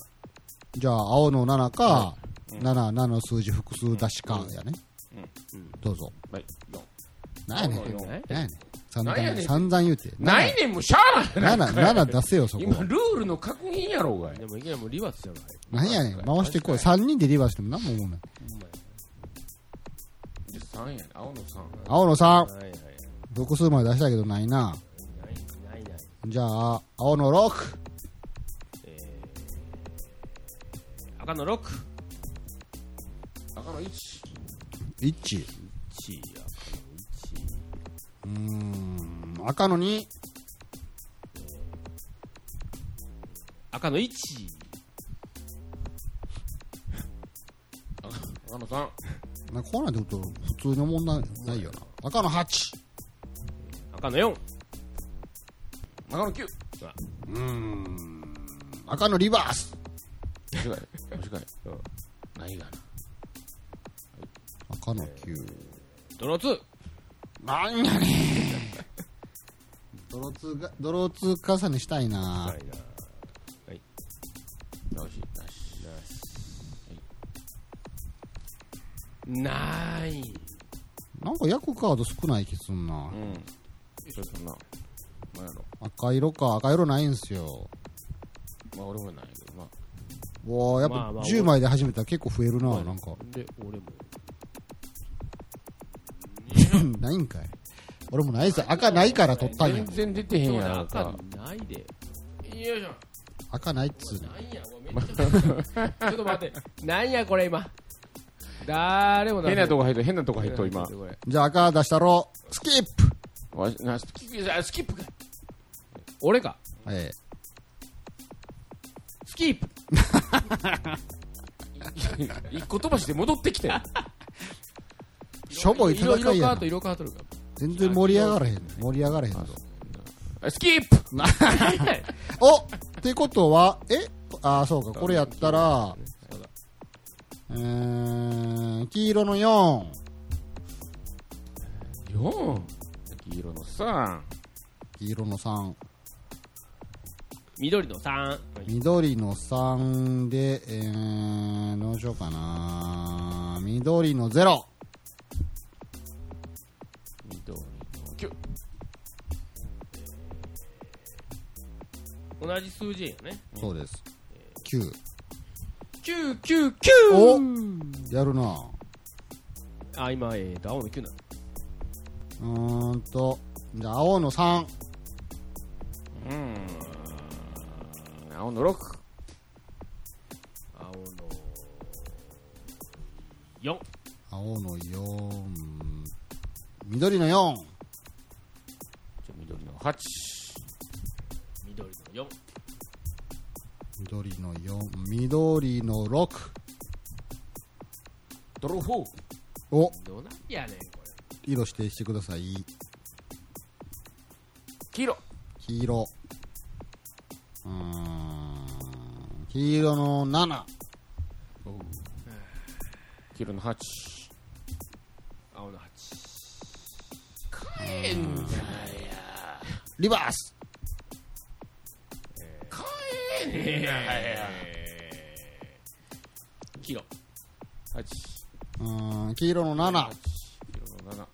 Speaker 3: じゃあ、青の7か、7、7の数字複数出しか、やね
Speaker 2: うん。
Speaker 3: どうぞ。
Speaker 2: はいよ
Speaker 3: なんやねん。
Speaker 2: そうな
Speaker 3: なんやねん。散
Speaker 2: なんやねん
Speaker 3: 々、散々言うて。
Speaker 2: ないねんもうしゃあない
Speaker 3: 7、7出せよ、そこ
Speaker 2: 今。ルールの確認やろうがい
Speaker 4: でもいきなりもうリバースじゃない。
Speaker 3: なんやねん。回してこい。3人でリバーしても何も思うない。
Speaker 2: で3やね青の3
Speaker 3: 青の3、
Speaker 4: はいはい。
Speaker 3: 複数まで出したけどないな。
Speaker 4: ないないない。
Speaker 3: じゃあ、青の6、
Speaker 4: 赤の6。
Speaker 2: 赤の1
Speaker 3: 1。
Speaker 4: 1位や。
Speaker 3: うーん、赤の2、
Speaker 4: 赤の1。
Speaker 2: 赤の3
Speaker 3: なんかこうなんて言うと普通に思んなないよな。赤の8。
Speaker 4: 赤の4。
Speaker 2: 赤の9
Speaker 3: うーん、赤のリバース。
Speaker 2: 間違い間違いないがな
Speaker 3: 赤の9。
Speaker 4: ドロー2。
Speaker 3: なんやね ん。ドローツーが、ドローツー重ねしたいな、
Speaker 4: ないな。
Speaker 2: よしなし
Speaker 4: ない。
Speaker 3: なんか焼くカード少ない気すん
Speaker 2: う。
Speaker 3: な
Speaker 2: んちょっとななんやろ
Speaker 3: 赤色か、赤色ないんすよ。
Speaker 2: まあ俺もないけどまあ
Speaker 3: わあやっ
Speaker 4: まあ
Speaker 3: ぱ
Speaker 4: まあ
Speaker 3: 10枚で始めたら結構増えるな、なんか。
Speaker 4: で、俺も。
Speaker 3: ないんかい。俺もないっすよ赤ないから取ったんや
Speaker 2: 全。然出てへんやん
Speaker 4: 赤
Speaker 2: 赤
Speaker 4: ないで。
Speaker 2: よいしょ
Speaker 3: 赤ないっつうの。
Speaker 4: なんや、めっちゃ。ちょっと待って。なんや、これ今。誰も
Speaker 2: 変なと
Speaker 4: こ
Speaker 2: こ入っと変なとこ入っと今
Speaker 4: これ。
Speaker 3: じゃあ赤出したろ。スキップ
Speaker 2: わしなスキップあスキップか
Speaker 4: 俺か。
Speaker 3: え
Speaker 4: スキー プ。
Speaker 2: 一個飛ばして戻ってきてよ
Speaker 3: え。しょぼい
Speaker 4: 色
Speaker 3: 戦
Speaker 4: 色
Speaker 3: い
Speaker 4: カ
Speaker 3: や
Speaker 4: ー
Speaker 3: な
Speaker 4: ト、。色カートるか。
Speaker 3: 全然盛り上がらへん。盛り上がらへんぞ。
Speaker 2: あスキップ
Speaker 3: おってことは、えああ、そうか。これやったら、うーん、黄色の4。
Speaker 2: 4黄色の3
Speaker 3: 黄色の3。
Speaker 4: 緑の3。
Speaker 3: 緑の3で、えー、どうしようかな。緑の0。
Speaker 2: 緑の9
Speaker 4: 同じ数字やね。
Speaker 3: そうです。9。
Speaker 4: 9、9、
Speaker 3: お
Speaker 4: 9!
Speaker 3: やるな。
Speaker 4: あ、今、えーと、青の9なの。
Speaker 3: うーんと、じゃあ青の3。
Speaker 2: うん青の6
Speaker 4: 4
Speaker 3: 青の4緑の4
Speaker 2: じゃあ緑の8
Speaker 4: 緑の4
Speaker 3: 緑の4緑の6
Speaker 2: ドロー4
Speaker 3: を
Speaker 4: どうなんやねんこれ
Speaker 3: 色指定してください
Speaker 2: 黄色
Speaker 3: 黄色うーん黄色の7
Speaker 2: 黄色の8
Speaker 4: 青の8
Speaker 2: えんだよ
Speaker 3: リバース
Speaker 2: えんだよ
Speaker 4: 黄色
Speaker 2: 8
Speaker 3: うーん黄色の7
Speaker 2: 黄色の7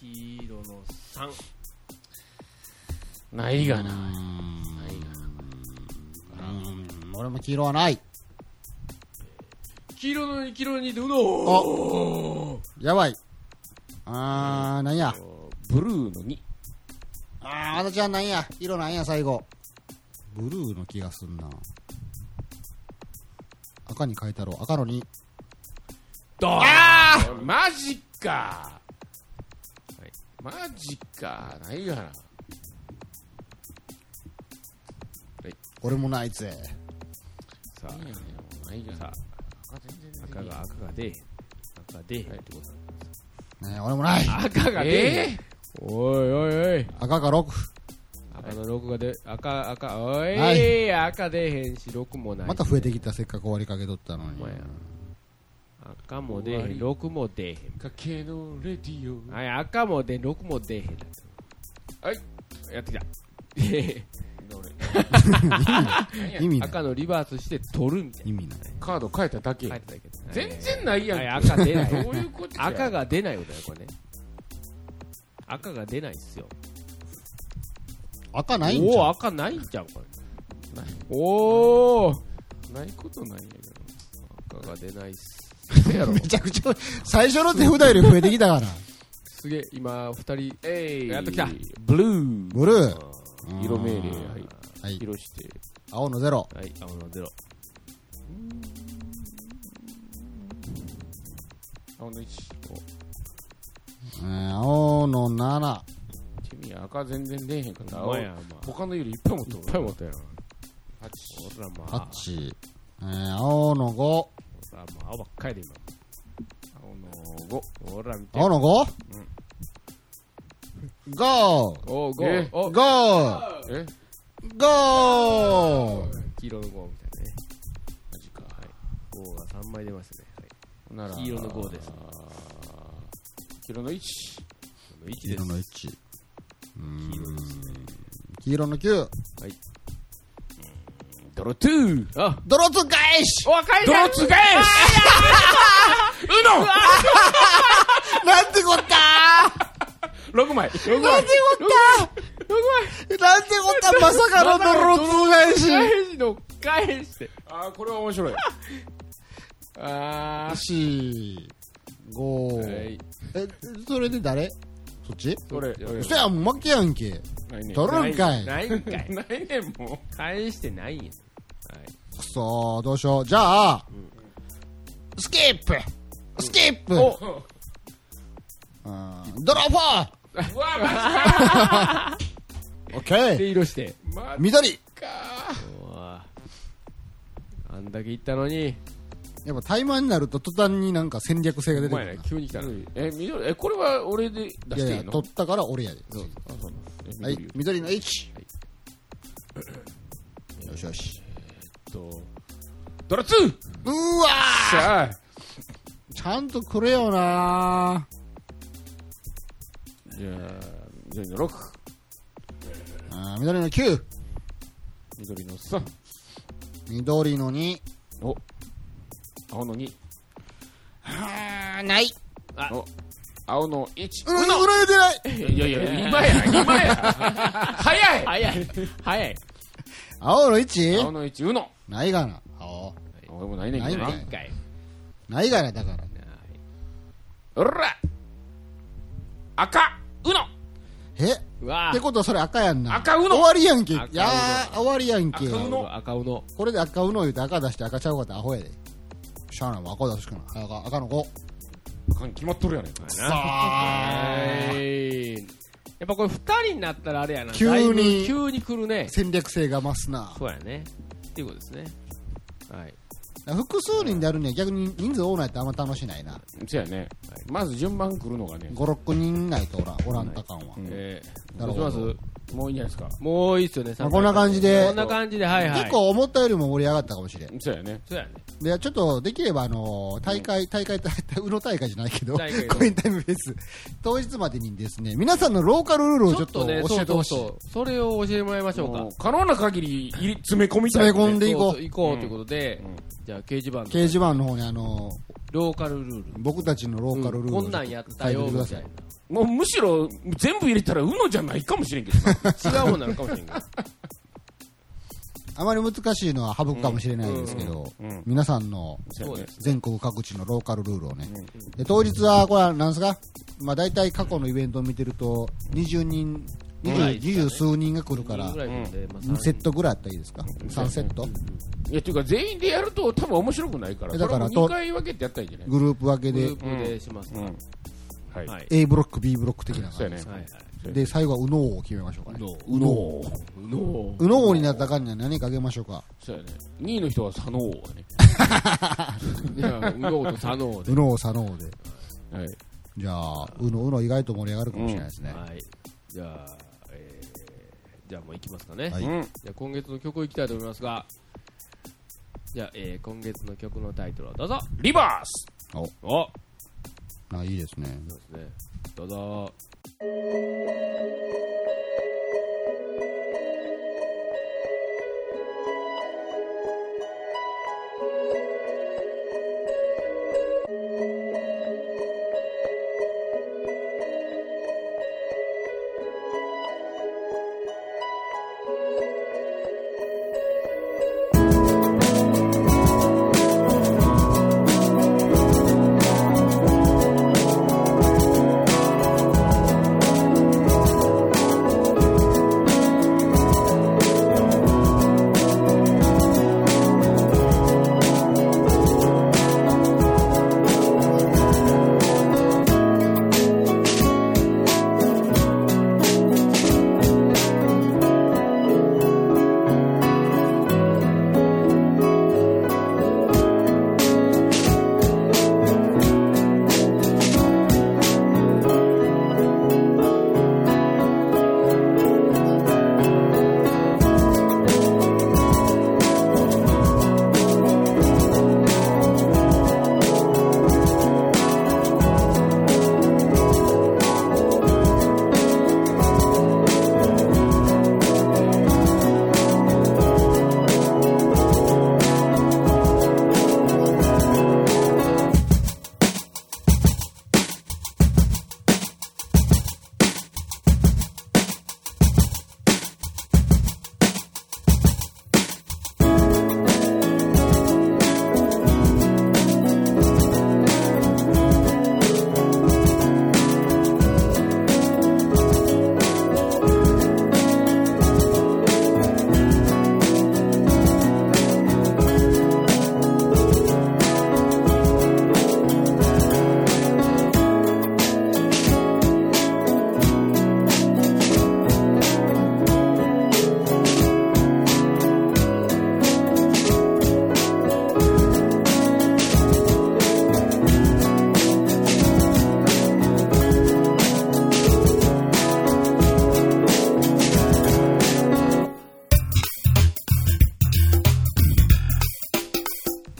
Speaker 4: 黄色の3
Speaker 2: ないがな
Speaker 3: うー
Speaker 2: いな
Speaker 3: ん
Speaker 2: いがな
Speaker 3: うーん俺も黄色はない
Speaker 4: 黄色の2黄色の2でうの
Speaker 3: やばいあーなんや
Speaker 2: ブルーの2
Speaker 3: あー私はなんや色なんや最後ブルーの気がすんな赤に変えたろう赤の2
Speaker 2: あーマジか、はい、マジかないがな
Speaker 3: 俺もないぜ
Speaker 4: さ
Speaker 2: いいやねないがな
Speaker 4: さ
Speaker 2: 赤全然
Speaker 4: あ赤が赤が出えへん赤出えへんってことなんです
Speaker 3: ねえ俺もない
Speaker 4: 赤が出えへん
Speaker 2: え
Speaker 4: おいおいおい
Speaker 3: 赤が6
Speaker 4: 赤の6が出赤赤おい、
Speaker 3: は
Speaker 4: 赤出えへんし6もない
Speaker 3: また増えてきたせっかく終わりかけとったのに
Speaker 4: ほんまや赤も出えへん6も出えへん
Speaker 2: ー、かけのレディオ
Speaker 4: はい、赤も出ん、6も出えへんだ
Speaker 2: はいやってきた
Speaker 4: って。
Speaker 2: どれ
Speaker 3: 意味ない
Speaker 4: 赤のリバースして取るみたい
Speaker 3: 意味ない
Speaker 2: カード変えただけ、
Speaker 4: な。書いてたけど。
Speaker 2: 全然ないやん、
Speaker 4: はい赤出 ない
Speaker 2: どういうことや
Speaker 4: 赤が出ないことだよ、これね。赤が出ないっすよ。
Speaker 3: 赤ないん
Speaker 4: お
Speaker 3: じ
Speaker 4: おー、
Speaker 3: ゃん
Speaker 4: 赤ないんじゃん、これ。おお
Speaker 2: ないことないんやけど
Speaker 4: 赤が出ないっ す。
Speaker 3: めちゃくちゃ最初の手札より増えてきたから
Speaker 4: すげえ、今、二人。
Speaker 2: えい
Speaker 4: やっときた
Speaker 2: ブルー
Speaker 3: ブルーうん
Speaker 2: 色命令はい
Speaker 3: はい
Speaker 2: 色して
Speaker 3: 青のゼロ
Speaker 4: はい、青のゼロ。
Speaker 2: 青の一お
Speaker 3: うん青の7
Speaker 2: てみや赤全然出えへんかった
Speaker 4: お前や、お
Speaker 2: 他のよりいっぱい持っと
Speaker 4: 前。
Speaker 2: る
Speaker 4: いっぱい持ったよな。
Speaker 2: 八
Speaker 4: ほら、まあ。
Speaker 3: 8えー青の5
Speaker 4: ほら、まあ、青ばっかりで今。
Speaker 2: 青の五
Speaker 4: ほら、見て。
Speaker 3: 青の 5? ゴー
Speaker 4: おお、ゴ
Speaker 2: え
Speaker 4: ー。お
Speaker 3: ゴー
Speaker 2: え
Speaker 3: ゴー
Speaker 4: 黄色の5みたいなね。
Speaker 2: マジか
Speaker 4: 5が3枚出ますね。はい。
Speaker 2: なら
Speaker 4: 黄色の五ですね
Speaker 2: 黄色の一
Speaker 4: この位置
Speaker 3: 黄
Speaker 4: です
Speaker 3: 色。の1
Speaker 4: 黄色ですね。
Speaker 3: 黄色の9
Speaker 2: ドロトゥー
Speaker 4: あ
Speaker 3: 泥つ返し
Speaker 4: お赤い
Speaker 2: ドロツガエシう
Speaker 3: なんてこった
Speaker 2: の六枚六枚
Speaker 3: なんてこったなんてこったまさかの泥つ返し
Speaker 4: 返しの返して
Speaker 2: ああこれは面白い
Speaker 4: あ
Speaker 3: 四五
Speaker 4: はい
Speaker 3: え、それで誰そっち
Speaker 2: これ
Speaker 4: そ
Speaker 3: そやん、負けやんけ。
Speaker 2: ないね
Speaker 3: 取るんかい。
Speaker 4: ないんかい
Speaker 2: ないねもう
Speaker 4: 返してないんやはい
Speaker 3: くそー、どうしよう。じゃあ、スキップスキップ
Speaker 4: お
Speaker 3: うんドローフォー
Speaker 2: うわマ
Speaker 3: オッケー
Speaker 4: で色して
Speaker 2: ジかマジ
Speaker 3: 緑
Speaker 2: か
Speaker 4: おーあんだけいったのに
Speaker 3: やっぱタイマーになると途端になんか戦略性が
Speaker 4: お
Speaker 3: 出てく
Speaker 4: 前
Speaker 3: る
Speaker 4: ら
Speaker 3: な。
Speaker 4: 急に来たの
Speaker 2: え緑えこれは俺で出
Speaker 3: い
Speaker 2: し
Speaker 3: や
Speaker 2: て
Speaker 3: い
Speaker 2: いい
Speaker 3: や、
Speaker 2: の
Speaker 3: 取ったから俺やで。
Speaker 2: そうあそうなの
Speaker 3: は
Speaker 2: え
Speaker 3: い
Speaker 2: 緑よ、
Speaker 3: 緑の1。よしよし。
Speaker 4: と
Speaker 2: ドロツー
Speaker 3: うわ
Speaker 2: しゃあ
Speaker 3: ーちゃんとくれよな
Speaker 2: じゃあ緑の六
Speaker 3: ーあー緑の9。
Speaker 2: 緑の三
Speaker 3: 緑の2。
Speaker 2: お青の二
Speaker 3: あー、ない。
Speaker 2: お青の一
Speaker 3: うの、うの言うてない
Speaker 2: いやいや今や今や早い
Speaker 4: 早い早い
Speaker 3: 青の
Speaker 2: 青
Speaker 3: 1?
Speaker 2: の一うの
Speaker 3: ないがな。青。
Speaker 2: 俺もないねん
Speaker 3: ない
Speaker 2: け
Speaker 3: ん
Speaker 2: ど
Speaker 3: か。
Speaker 2: ない
Speaker 4: 一回
Speaker 3: ないがな、だから。
Speaker 2: うら赤うの
Speaker 3: え
Speaker 4: うわ
Speaker 3: っ
Speaker 4: ー
Speaker 3: てことはそれ赤やんな。
Speaker 2: 赤うの
Speaker 3: 終わりやんけ。い
Speaker 4: 赤
Speaker 3: や
Speaker 4: うの
Speaker 3: ー、終わりやんけ
Speaker 2: 赤。うの
Speaker 4: 赤うの
Speaker 3: これで赤うの言うて赤出して赤ちゃうかったらアホやで。しゃあないわ、赤出すしかない。赤、赤の子。
Speaker 2: かん決まっとるやねんかいな
Speaker 4: はい。やっぱこれ二人になったらあれやな。
Speaker 3: 急に
Speaker 4: だいぶ急に来るね。
Speaker 3: 戦略性が増すな。
Speaker 4: そうやね。っていうことですね。はい。
Speaker 3: 複数人でやるには逆に人数多ないとあんま楽しないな。
Speaker 2: そやねまず順番来るのがね
Speaker 3: 5、6人ないとおらん、おらんたかんは。
Speaker 4: え
Speaker 3: な
Speaker 2: ど
Speaker 3: る
Speaker 2: う
Speaker 3: ほ
Speaker 2: し
Speaker 3: ど
Speaker 2: ますもういいんじゃないですか
Speaker 4: もういいっすよね。
Speaker 3: まあこんな感じで
Speaker 4: こんな感じで、はいはい。
Speaker 3: 結。構思ったよりも盛り上がったかもしれん。
Speaker 2: そうやね
Speaker 4: そうやね。
Speaker 3: で、ちょっとできればあのー、大会、大会、大会、うの大会じゃないけど、コ
Speaker 4: 大会の
Speaker 3: インタイムフェス、当日までにですね、皆さんのローカルルールをちょっと教
Speaker 4: ね、
Speaker 3: えてほしい。
Speaker 4: そうそうそうそれを教えてもらいましょうか
Speaker 2: もう。可能な限り入り詰め込みたいよね、
Speaker 3: 詰め込んで行こう
Speaker 4: そうそう行こうということで、
Speaker 2: うん
Speaker 4: じゃあ掲示板
Speaker 3: 掲
Speaker 4: の
Speaker 3: 示板の方にあのー、
Speaker 4: ローカルルール。
Speaker 3: 僕たちのローカルルールを
Speaker 4: こんなんやった
Speaker 3: 書い
Speaker 4: よ
Speaker 3: てく
Speaker 4: み
Speaker 3: だ
Speaker 4: た
Speaker 3: さ
Speaker 4: い
Speaker 3: い。
Speaker 2: もうむしろ全部入れたらうのじゃないかもしれんけどな
Speaker 4: な違うもんなのかもしれんけど
Speaker 3: あまり難しいのは省くかもしれないですけど、
Speaker 2: うんうん
Speaker 3: 皆さんの
Speaker 4: そうです
Speaker 3: 全国各地のローカルルールをね、で当日はこれはなんですか、まあ、大体過去のイベントを見てると20人二
Speaker 4: ぐら
Speaker 3: 十二
Speaker 4: いですか
Speaker 3: 十
Speaker 4: ね
Speaker 3: 数人が来るから
Speaker 4: ぐらいなんで、まあ
Speaker 3: 2セットぐらいあったらいいですか3セット
Speaker 2: いやっていうか全員でやると多分面白くないから
Speaker 3: えだから
Speaker 2: 2回分けてやったらいいんじゃない
Speaker 3: グループ分け
Speaker 4: グル
Speaker 3: で
Speaker 4: ープでします
Speaker 2: う
Speaker 4: か
Speaker 2: んはい、
Speaker 4: はい
Speaker 3: A ブロック B ブロック的な
Speaker 2: そう
Speaker 3: 感
Speaker 2: や
Speaker 3: じ
Speaker 2: ね、
Speaker 4: はいはい
Speaker 3: で最後は右脳を決めましょうかね
Speaker 2: うのう
Speaker 4: うの
Speaker 3: 右脳になった間には何かあげましょうか
Speaker 2: そうやね2位の人は佐野王がね
Speaker 4: いやうのと佐野で
Speaker 3: 右脳左脳で
Speaker 2: はい
Speaker 3: じゃあ右脳右脳意外と盛り上がるかもしれないですね、
Speaker 4: はいじゃあ、えー、じゃあもう行きますかね、
Speaker 3: はい
Speaker 2: うん
Speaker 4: じゃあ今月の曲いきたいと思いますがじゃあ、えー、今月の曲のタイトルをどうぞ
Speaker 2: リバース
Speaker 4: お
Speaker 3: あいいですね
Speaker 4: そうですねどうぞ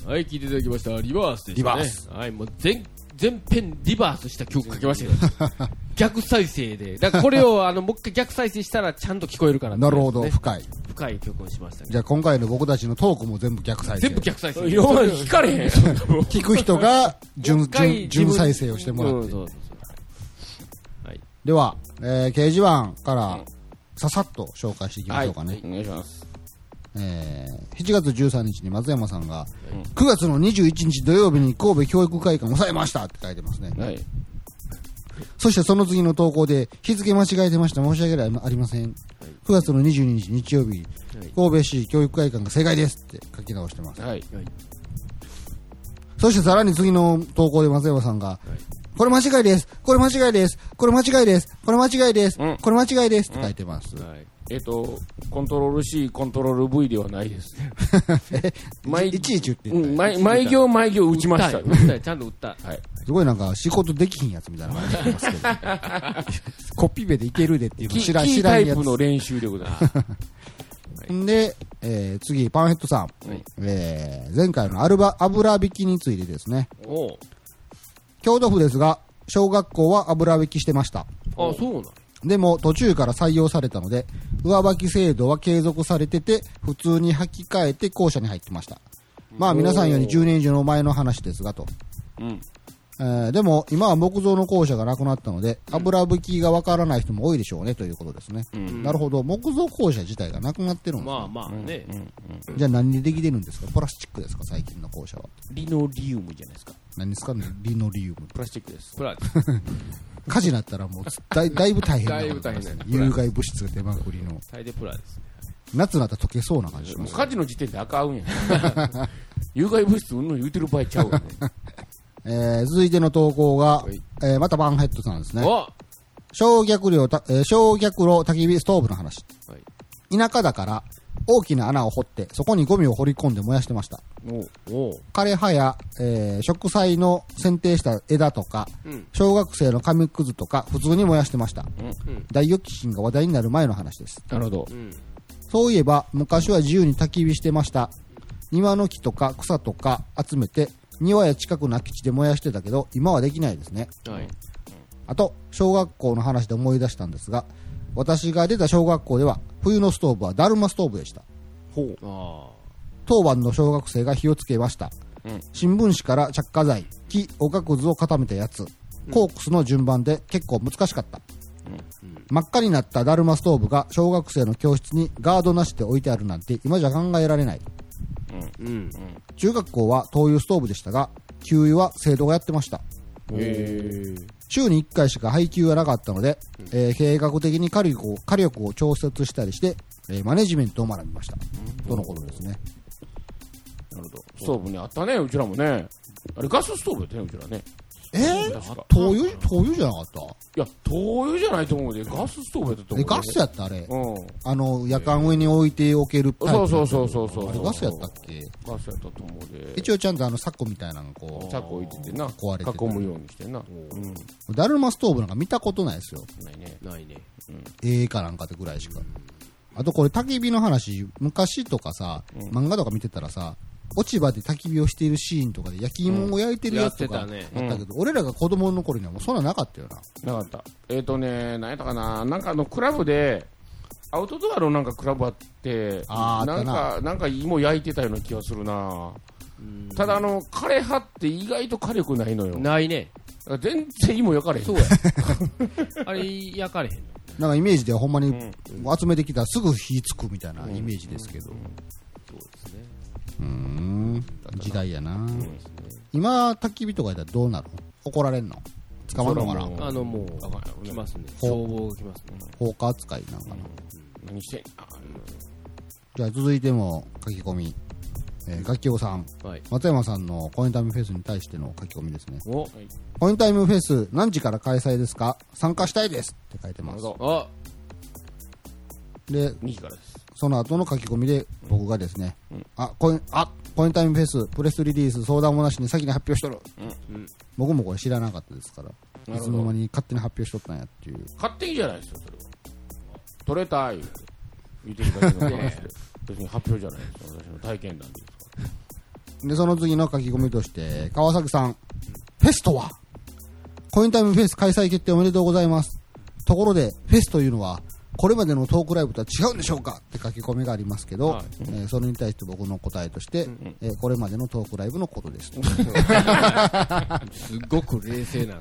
Speaker 4: はい聞いていただきましたリバースでしたね
Speaker 3: リバース
Speaker 4: はいもう全全編リバースした曲かけましたけど 逆再生でだからこれをあのもう一回逆再生したらちゃんと聞こえるからって
Speaker 3: なるほど
Speaker 4: ね
Speaker 3: 深い
Speaker 4: 深い曲にしましたけど
Speaker 3: じゃあ今回の僕たちのトークも全部逆再生
Speaker 4: 全部逆再生
Speaker 2: いや引かれへんそんなもん
Speaker 3: 聞く人が 純
Speaker 4: 一回
Speaker 3: 純純再生をしてもら
Speaker 4: う
Speaker 3: っ
Speaker 4: ん
Speaker 3: て
Speaker 4: そうそうそうはい
Speaker 3: では、えー、掲示板からささっと紹介していきましょうかね、
Speaker 2: お願いします
Speaker 3: えー7月13日に松山さんが、9月の21日土曜日に神戸教育会館を抑えましたって書いてますね、
Speaker 2: はい
Speaker 3: そしてその次の投稿で日付間違えてました申し訳ありません9月の22日日曜日神戸市教育会館が正解ですって書き直してます
Speaker 2: はい
Speaker 3: そしてさらに次の投稿で松山さんが、これ間違いです、これ間違いです、これ間違いです、これ間違いです、
Speaker 2: うん
Speaker 3: これ間違いですって書いてます。
Speaker 4: はい。
Speaker 2: えっと、コントロール C、コントロール V ではないです。
Speaker 3: え、
Speaker 2: 毎
Speaker 3: いちいち言って
Speaker 2: う
Speaker 3: 言った
Speaker 2: ん、毎毎行毎行打ちました。
Speaker 4: 訴え訴えちゃんと訴え。
Speaker 3: すごいなんか仕事できひんやつみたいな感じしてますけど。 コピペでいけるでっていうの
Speaker 2: キ
Speaker 3: 知
Speaker 2: キ
Speaker 3: らん、知
Speaker 2: ー
Speaker 3: ら
Speaker 2: タ
Speaker 3: んや
Speaker 2: イ
Speaker 3: つ
Speaker 2: プ。の練習でございます。
Speaker 3: んで、えー次、パンヘッドさん。
Speaker 2: はい
Speaker 3: えー前回のアルバ、油引きについてですね。
Speaker 4: おう
Speaker 3: 京都府ですが、小学校は油引きしてました。
Speaker 4: あ、そうなん。
Speaker 3: でも途中から採用されたので、上履き制度は継続されてて、普通に履き替えて校舎に入ってました。まあ皆さんより10年以上の前の話ですがと。
Speaker 2: うん。
Speaker 3: えーでも今は木造の校舎がなくなったので、油拭きがわからない人も多いでしょうねということですね。なるほど、木造校舎自体がなくなってるんですね、
Speaker 4: まあまあね。
Speaker 3: じゃあ何でできてるんですかプラスチックですか最近の校舎は。
Speaker 2: リノリウムじゃないですか。
Speaker 3: 何ですかねリノリウム。
Speaker 2: プラスチックです。
Speaker 4: プラ
Speaker 3: 火事になったらもうだいだ いぶ大変なことになりますね
Speaker 4: だいぶ大変だ
Speaker 3: 有害物質が出まくりの。
Speaker 4: 大抵プラですね。
Speaker 3: 夏になったら溶けそうな感じし
Speaker 2: も
Speaker 3: ま
Speaker 2: う
Speaker 3: す。
Speaker 2: 火事の時点で赤合うん や。有害物質うんの言うてる場合ちゃうわね。
Speaker 3: えー続いての投稿が、
Speaker 4: はい
Speaker 3: えーまたバンヘッドさんですね。
Speaker 4: お
Speaker 3: 焼却炉た、えー焼却炉焚き火ストーブの話。
Speaker 4: はい
Speaker 3: 田舎だから、大きな穴を掘って、そこにゴミを掘り込んで燃やしてました。
Speaker 4: おお
Speaker 3: 枯れ葉や、えー植栽の剪定した枝とか、
Speaker 4: うん
Speaker 3: 小学生の紙くずとか、普通に燃やしてました。
Speaker 4: うん
Speaker 3: 大預金が話題になる前の話です。
Speaker 2: なるほど。
Speaker 4: うん。
Speaker 3: そういえば、昔は自由に焚き火してました。庭の木とか草とか集めて、庭や近くの空き地で燃やしてたけど、今はできないですね。
Speaker 4: はい。
Speaker 3: あと、小学校の話で思い出したんですが、私が出た小学校では、冬のストーブはだるまストーブでした。
Speaker 4: ほう。あ
Speaker 3: 当番の小学生が火をつけました。
Speaker 2: うん
Speaker 3: 新聞紙から着火剤、木、おがくずを固めたやつ、コークスの順番で結構難しかった。真っ赤になっただるまストーブが小学生の教室にガードなしで置いてあるなんて今じゃ考えられない。
Speaker 4: あ。うん。
Speaker 3: 中学校は灯油ストーブでしたが、給油は生徒がやってました。
Speaker 2: へー
Speaker 3: 週に1回しか配給がなかったので、えー計画的に火力を火力を調節したりして、えーマネジメントを学びました、とのことですね
Speaker 2: なるほど。ストーブね、あったね、うちらもね。あれガスストーブやったね、うちらね。
Speaker 3: えー、
Speaker 2: 確か。
Speaker 3: 灯油灯油じゃなかった
Speaker 2: いや、灯油じゃないと思うで、ガスストーブやったと思うで。
Speaker 3: えガスやったあれ
Speaker 2: うん。
Speaker 3: あの夜間上に置いておけるタイプの
Speaker 2: そうそうそうそうそう
Speaker 3: あれガスやったっけ
Speaker 2: ガスやったと思うで。
Speaker 3: 一応ちゃんとあのサッコみたいなのこ
Speaker 2: チャコ置いててな、
Speaker 3: 壊れてた
Speaker 2: 囲むようにしてな。うん。
Speaker 3: うだるまストーブなんか見たことないですよ
Speaker 2: ないね。
Speaker 4: ないね。
Speaker 3: ええかなんかってぐらいしかあとこれ焚き火の話昔とかさ、漫画とか見てたらさ落ち葉で焚き火をしているシーンとかで焼き芋を焼いてるやつとか、
Speaker 4: うんやって
Speaker 2: たね
Speaker 3: あったけど、俺らが子供の頃にはもうそんななかったよな
Speaker 2: なかった。えっ、とね、何やったかな、なんかあのクラブで、アウトドアのなんかクラブあって、
Speaker 3: あーあっ
Speaker 2: な
Speaker 3: た
Speaker 2: ん
Speaker 3: な
Speaker 2: か、なんか芋焼いてたような気がするな。ただあの、枯れ葉って意外と火力ないのよ。
Speaker 4: ないね。
Speaker 2: 全然芋焼かれへん。
Speaker 4: そ うや。あれ、焼かれへんの。
Speaker 3: なんかイメージではほんまに集めてきたらすぐ火つくみたいなイメージですけど
Speaker 4: そうですね。
Speaker 3: うーん時代やな今焚き火とかやったらどうなる怒られんの捕まんのか
Speaker 2: それ
Speaker 3: な
Speaker 2: はもう
Speaker 4: あの、もう、来ますね。消防が来ますね。
Speaker 3: 放火扱いなんかな
Speaker 2: 何してんあ
Speaker 3: じゃあ続いても書き込み、えー、楽器おさん
Speaker 4: はい。
Speaker 3: 松山さんのコインタイムフェスに対しての書き込みですね
Speaker 4: お
Speaker 3: コインタイムフェス何時から開催ですか参加したいですって書いて
Speaker 2: な
Speaker 3: ま
Speaker 2: る
Speaker 3: す
Speaker 2: ほど。
Speaker 4: あ
Speaker 3: で
Speaker 2: 2時からです。
Speaker 3: その後の書き込みで僕がですね、あコインあコインタイムフェスプレスリリース相談もなしに先に発表しとる、
Speaker 4: うん
Speaker 3: 僕もこれ知らなかったですからいつの間に勝手に発表しとったんやっていう
Speaker 2: 勝手にじゃないですよ、それは。取れた言うて言ってるだけの話で。別に発表じゃないですよ、私の体験談ですから。
Speaker 3: で、その次の書き込みとして、川崎さん、フェスとはコインタイムフェス開催決定おめでとうございます。ところで、フェスというのは、これまでのトークライブとは違うんでしょうかって書き込みがありますけど、
Speaker 4: はい
Speaker 3: えーそれに対して僕の答えとして、えーこれまでのトークライブのことです。 フ
Speaker 4: すっごく冷静な。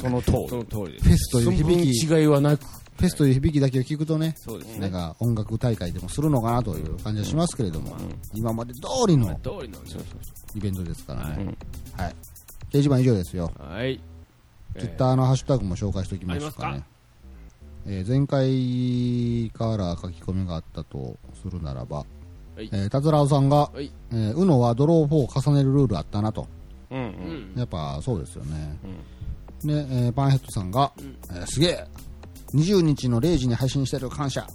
Speaker 2: その通り
Speaker 4: その通りです。
Speaker 3: ェスという
Speaker 2: 寸分
Speaker 3: 響き、
Speaker 2: 違いはなく。
Speaker 3: フェスという響きだけを聞くとね、
Speaker 4: そうです
Speaker 3: なん
Speaker 4: ね。
Speaker 3: か音楽大会でもするのかなという感じはしますけれども、今まで通りの
Speaker 4: 通りなんですよ。
Speaker 3: イベントですからね。はい。掲示板以上ですよ。
Speaker 4: はい。
Speaker 3: ツイッターのハッシュタグも紹介しておきましょうか
Speaker 4: あり
Speaker 3: ね。えー前回から書き込みがあったとするならば、
Speaker 4: はい
Speaker 3: えー、たずらおさんが、
Speaker 4: はい
Speaker 3: えー、うのはドロー4を重ねるルールあったなと。
Speaker 2: うんう。
Speaker 4: うんん。
Speaker 3: やっぱそうですよね。で、えーパンヘッドさんが、
Speaker 4: ん
Speaker 3: えーすげえ !20 日の0時に配信してる感謝。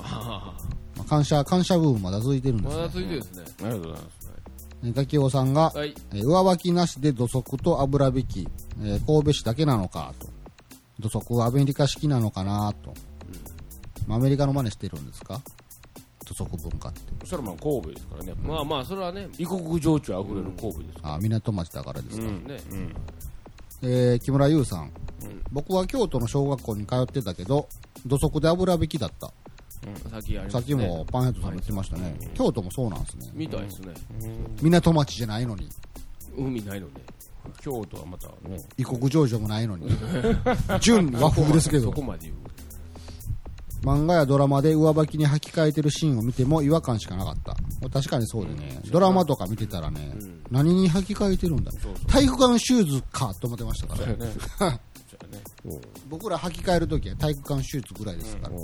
Speaker 4: あ
Speaker 3: まあ感謝、感謝部分まだ続いてるん
Speaker 4: ー
Speaker 3: で
Speaker 4: ますだ
Speaker 3: ね。
Speaker 4: ついてるんです
Speaker 2: あ
Speaker 4: ね。
Speaker 2: りがとうございます。
Speaker 3: えーガキオさんが、
Speaker 4: はい。
Speaker 3: えー上履きなしで土足と油引き、えー神戸市だけなのかと。土足はアメリカ式なのかなと。まあアメリカの真似してるんですか土足文化って。
Speaker 2: そしたらまあ神戸ですからね。
Speaker 4: まあまあ、それはね、
Speaker 2: 異国情緒あふれる神戸ですか
Speaker 3: あ、港町だからですか。
Speaker 4: ね。
Speaker 2: ら。うん。
Speaker 3: えー木村優さん、僕は京都の小学校に通ってたけど、土足で油引きだった。
Speaker 4: さっきありました
Speaker 3: さ
Speaker 4: ね
Speaker 3: っきもパンヘッドさんも言ってましたね。京都もそうなんですね。
Speaker 4: みたいですね。
Speaker 3: 港町じゃないのに、
Speaker 4: 海ないので。
Speaker 2: 京都はまたね。
Speaker 3: 異国情緒もない のに。純和風ですけ
Speaker 4: そ
Speaker 3: ど。
Speaker 4: こまで言う。
Speaker 3: 漫画やドラマで上履きに履き替えてるシーンを見ても違和感しかなかった。確かにそうでね。ドラマとか見てたらね、何に履き替えてるんだ体育館シューズかと思ってましたから。
Speaker 2: ね。そうやね。
Speaker 3: 僕ら履き替えるときは体育館シューズぐらいですから。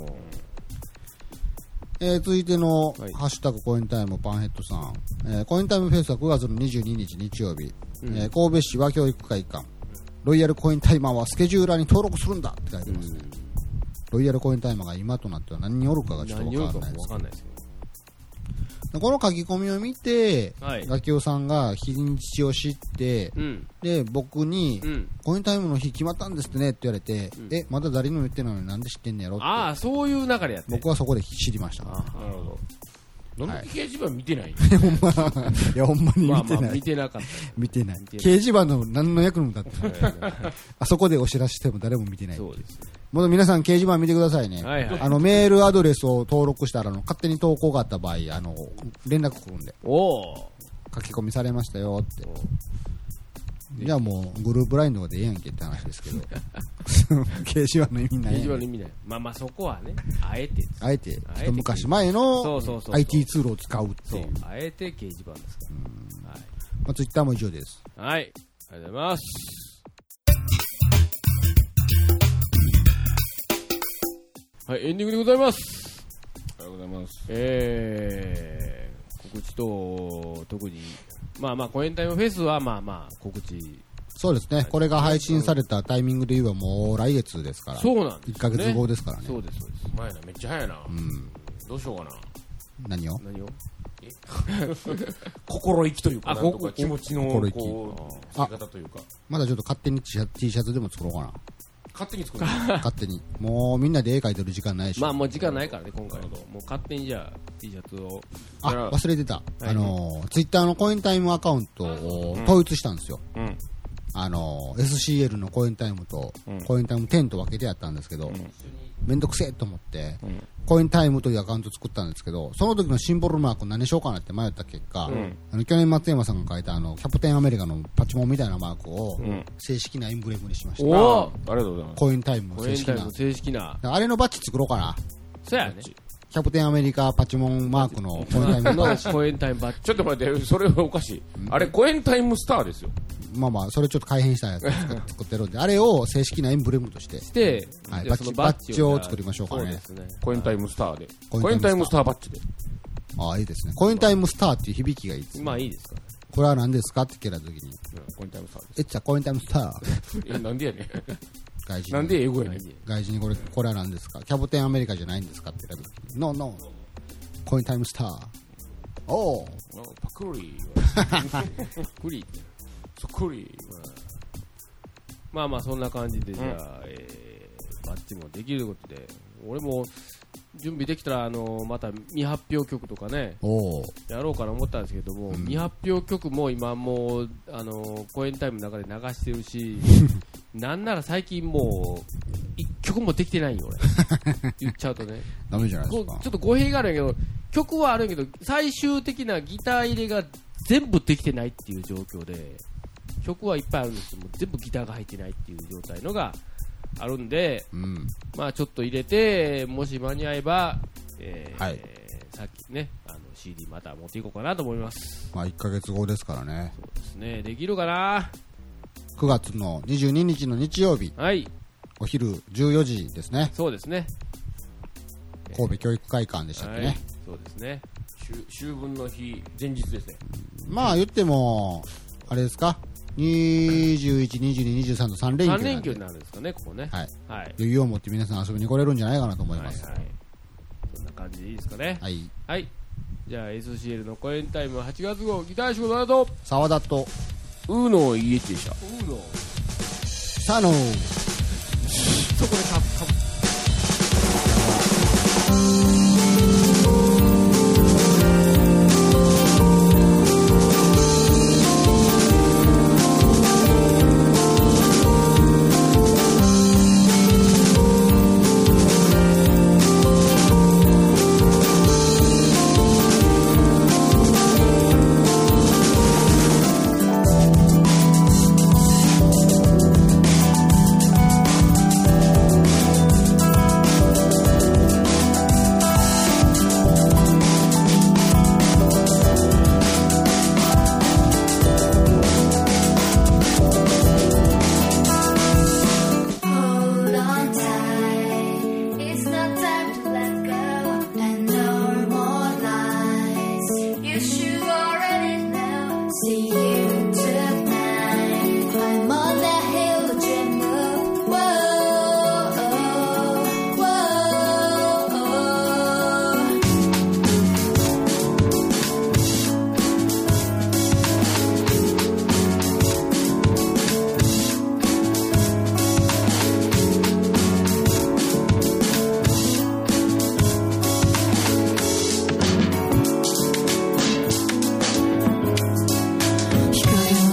Speaker 3: えー続いての、
Speaker 2: はい
Speaker 3: ハッシュタグコインタイムパンヘッドさん、えーコインタイムフェスは9月の22日日曜日、えー神戸市和教育会館ロイヤルコインタイマーはスケジューラーに登録するんだって書いてますね、ロイヤルコインタイマーが今となっては何におるかがちょっと
Speaker 4: 何を言
Speaker 3: わ
Speaker 4: う
Speaker 3: かんな
Speaker 4: か
Speaker 3: いで
Speaker 4: もわ
Speaker 3: す
Speaker 4: かんないです
Speaker 3: でこの書き込みを見て、
Speaker 4: はい
Speaker 3: ガキオさんが日にちを知って
Speaker 4: けど。うん。
Speaker 3: で僕に、
Speaker 4: うん。
Speaker 3: コインタイムの日決まったんですってねって言われて、えまだ誰にも言ってないのになんで知ってんのやろって
Speaker 4: ああ、そういう中でやってる。
Speaker 3: 僕はそこで知りました
Speaker 4: あ
Speaker 2: なるほど。なんで掲示板見てない
Speaker 3: いやほんまに見てな
Speaker 4: まあ
Speaker 3: い、
Speaker 4: まあ、 見てなかった。
Speaker 3: 見てない。
Speaker 4: 見て
Speaker 3: 掲
Speaker 4: ない
Speaker 3: 示板の何の役にも立ってない。あそこでお知らせしても誰も見てない。
Speaker 4: そうですね。
Speaker 3: もう皆さん掲示板見てくださいね。
Speaker 4: はいはい
Speaker 3: あの、メールアドレスを登録したら、あの、勝手に投稿があった場合、あの、連絡来るんで、
Speaker 4: おお。
Speaker 3: 書き込みされましたよって。じゃあもう、グループラインとかでええやんけって話 ですけど。 掲示板の意味な
Speaker 4: 掲
Speaker 3: い
Speaker 4: 示板の意味ない。まあまあ、そこはね、あえて。
Speaker 3: あえて、一昔前の
Speaker 4: そうそうそうそう
Speaker 3: IT ツールを使うって
Speaker 4: そ
Speaker 3: いうう。。
Speaker 4: あえて掲示板ですから。はい。
Speaker 3: まあ、ツイッターも以上です。
Speaker 4: はい。ありがとうございます。はい、エンディングでございます。
Speaker 2: ありがとうございます。
Speaker 4: えー、告知と、特に、まあまあ、コエンタイムフェスは、まあまあ、告知。
Speaker 3: そうですね。これが配信されたタイミングで言えばもう来月ですから。
Speaker 4: そうなんです、ね。
Speaker 3: 1ヶ月後ですからね。
Speaker 4: そうです、そうです。
Speaker 2: 前な、めっちゃ早いな。
Speaker 3: うん。
Speaker 2: どうしようかな。
Speaker 3: 何を
Speaker 4: 何を
Speaker 2: 心意気というか、
Speaker 4: あ
Speaker 2: なんとか
Speaker 4: ここ
Speaker 2: 気持ちの、
Speaker 3: 心意気
Speaker 2: こう、
Speaker 3: あ
Speaker 2: 生き方というか。
Speaker 3: まだちょっと勝手に T シャ T シャツでも作ろうか
Speaker 2: 勝手に作る。
Speaker 3: な。勝手に。もうみんなで絵描いてる時間ないし。
Speaker 4: まあ、もう時間ないからね、今回の。もう勝手にじゃあ、T シャツを。
Speaker 3: あ、忘れてた。あのー、ツイッターのコインタイムアカウントを統一したんですよ。
Speaker 2: うん。
Speaker 3: あのー、SCL のコインタイムと
Speaker 2: うん、
Speaker 3: コインタイム10と分けてやったんですけど、めんどくせえと思って
Speaker 2: ん、
Speaker 3: コインタイムというアカウント作ったんですけど、その時のシンボルマーク何しようかなって迷った結果、あの去年松山さんが書いたあの、キャプテンアメリカのパチモンみたいなマークを
Speaker 2: ん、
Speaker 3: 正式なエンブレムにしまし
Speaker 4: お
Speaker 3: た。
Speaker 2: あありがとうございます。
Speaker 3: コインタイムの
Speaker 4: コ
Speaker 3: 正
Speaker 4: エン
Speaker 3: 式
Speaker 4: タイム
Speaker 3: な
Speaker 4: の。正式な。
Speaker 3: あれのバッジ作ろうかな。
Speaker 4: そうやね。
Speaker 3: キャプテンアメリカパチモンマークのコインタイム
Speaker 4: のコエンタイムバッジ。
Speaker 2: ちょっと待って、それはおかしい。あれ、コエンタイムスターですよ。
Speaker 3: まあまあ、それちょっと改変したやつを作っ作ってるんで、あれを正式なエンブレムとして、
Speaker 4: して、
Speaker 3: はい
Speaker 4: じゃあその
Speaker 3: バッジバッジを作りましょうかね
Speaker 4: そうですね。
Speaker 2: コエンタイムスターで。
Speaker 3: コ
Speaker 2: コ
Speaker 3: エ
Speaker 2: エ
Speaker 3: ン
Speaker 2: ン
Speaker 3: タ
Speaker 2: タ
Speaker 3: イ
Speaker 2: イ
Speaker 3: ム
Speaker 2: ム
Speaker 3: ス
Speaker 2: スターバッジで。
Speaker 3: ああ、いいですね。コインタイムスターっていう響きがいいです。
Speaker 4: まあいいですから。
Speaker 3: これは何ですかって聞かれた時に、
Speaker 2: コエンタイムスター
Speaker 3: えっちゃコインタイムスター。
Speaker 2: です。え、なんでや ねん。
Speaker 3: 外人
Speaker 2: なんで英語やねん。
Speaker 3: 外人にこれ、これは何ですかキャプテンアメリカじゃないんですかって言われた時に、ノーノー。コインタイムスター。おお
Speaker 2: なんかパク リは。
Speaker 4: クリって。
Speaker 2: そっくり。
Speaker 4: まあまあそんな感じで、じゃあ、えーバッチもできるということで、俺も準備できたら、あのまた未発表曲とかね、
Speaker 3: おお
Speaker 4: やろうかな思ったんですけども、未発表曲も今もう、あの公演タイムの中で流してる し、なんなら最近もう、一曲もできてないよ、 俺。言っちゃうとね。
Speaker 3: ダメじゃないです
Speaker 4: こう
Speaker 3: か
Speaker 4: ちょっ。と語弊があるんやけど、曲はあるんやけど、最終的なギター入れが全部できてないっていう状況で、曲はいっぱいあるんですけど、もう全部ギターが入ってないっていう状態のがあるんで、
Speaker 3: うん。
Speaker 4: まあちょっと入れて、もし間に合えば、えー
Speaker 3: はい
Speaker 4: さっきね、あの CD また持っていこうかなと思います。
Speaker 3: まあ、1ヶ月後ですからね。
Speaker 4: そうですね、できるかな
Speaker 3: 9月の22日の日曜日、
Speaker 4: はい、
Speaker 3: お昼14時ですね。
Speaker 4: そうですね。
Speaker 3: 神戸教育会館でしたっけ
Speaker 4: はい
Speaker 3: ね。、
Speaker 4: そうですね。
Speaker 2: 秋秋分の日前日ですね
Speaker 3: まあ言っても、あれですか、21、22、23と3連休なんで
Speaker 4: 3連休になるんですかね、ここね。
Speaker 3: はい、
Speaker 4: はい。
Speaker 3: 余裕を持って皆さん遊びに来れるんじゃないかなと思い
Speaker 4: はい、は
Speaker 3: ま
Speaker 4: い
Speaker 3: す。。
Speaker 4: そんな感じでいいですかね。
Speaker 3: はい、
Speaker 4: はい。じゃあ SCL の公演タイムは8月号、ギター仕事など、
Speaker 3: 沢田と
Speaker 2: ウーノ家でした
Speaker 4: うの、
Speaker 3: 佐野。
Speaker 4: そこでかぶ、かぶ。
Speaker 5: Hold on tight. It's not time to let go. And no more lies. You should already know. See you tonight. I'm on that hill that you move. Whoa, whoa.
Speaker 6: 「光の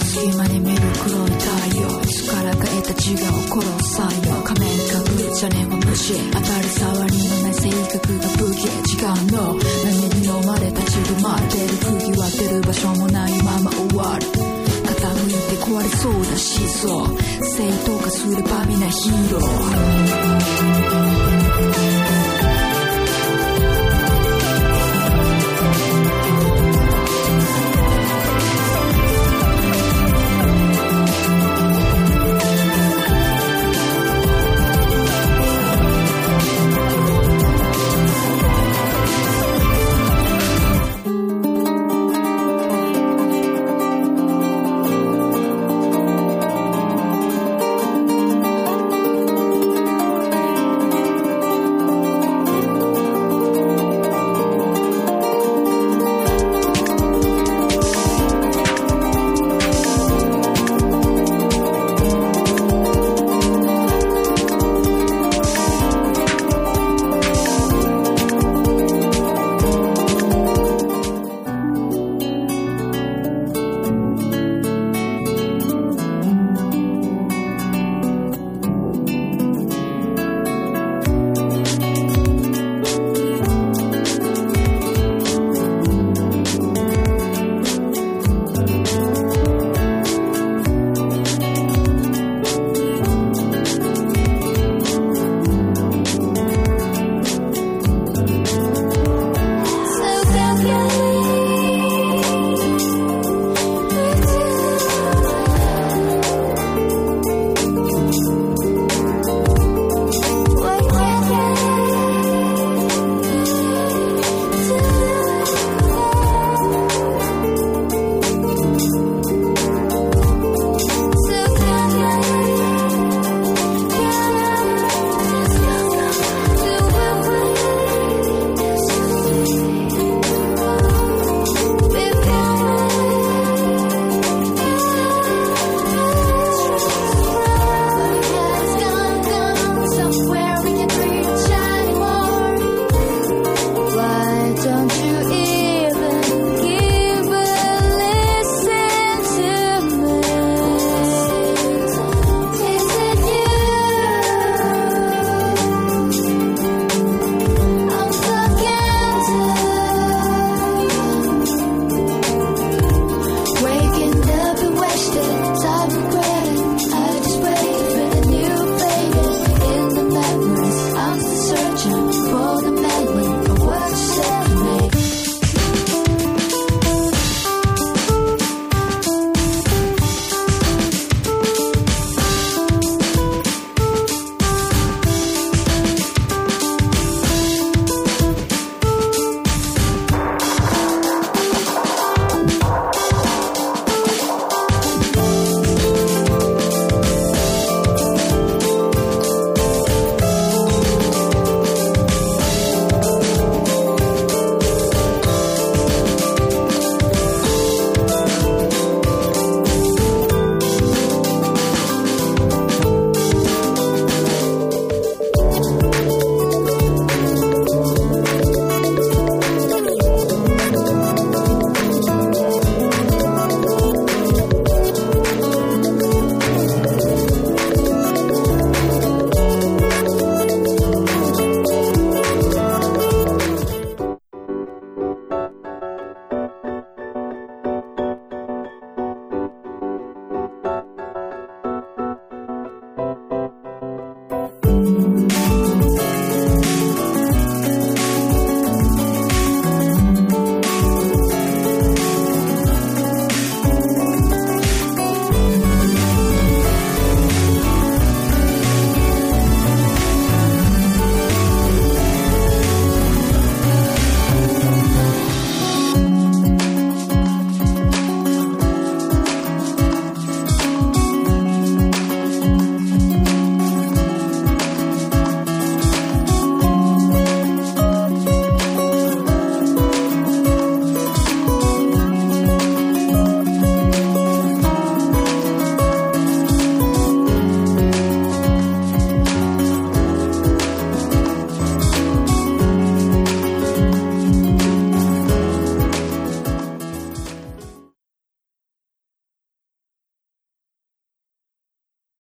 Speaker 6: 隙間に見る黒い太陽」「力が得た自我を殺さよ」「仮面かぶる邪念は無視」「当たり障りのない性格が武器」「違うの」「波に飲まれ立ち止まってる」「釘割ってる場所もないまま終わる」「傾いて壊れそうだしそう」「正当化すれば皆ヒーロー」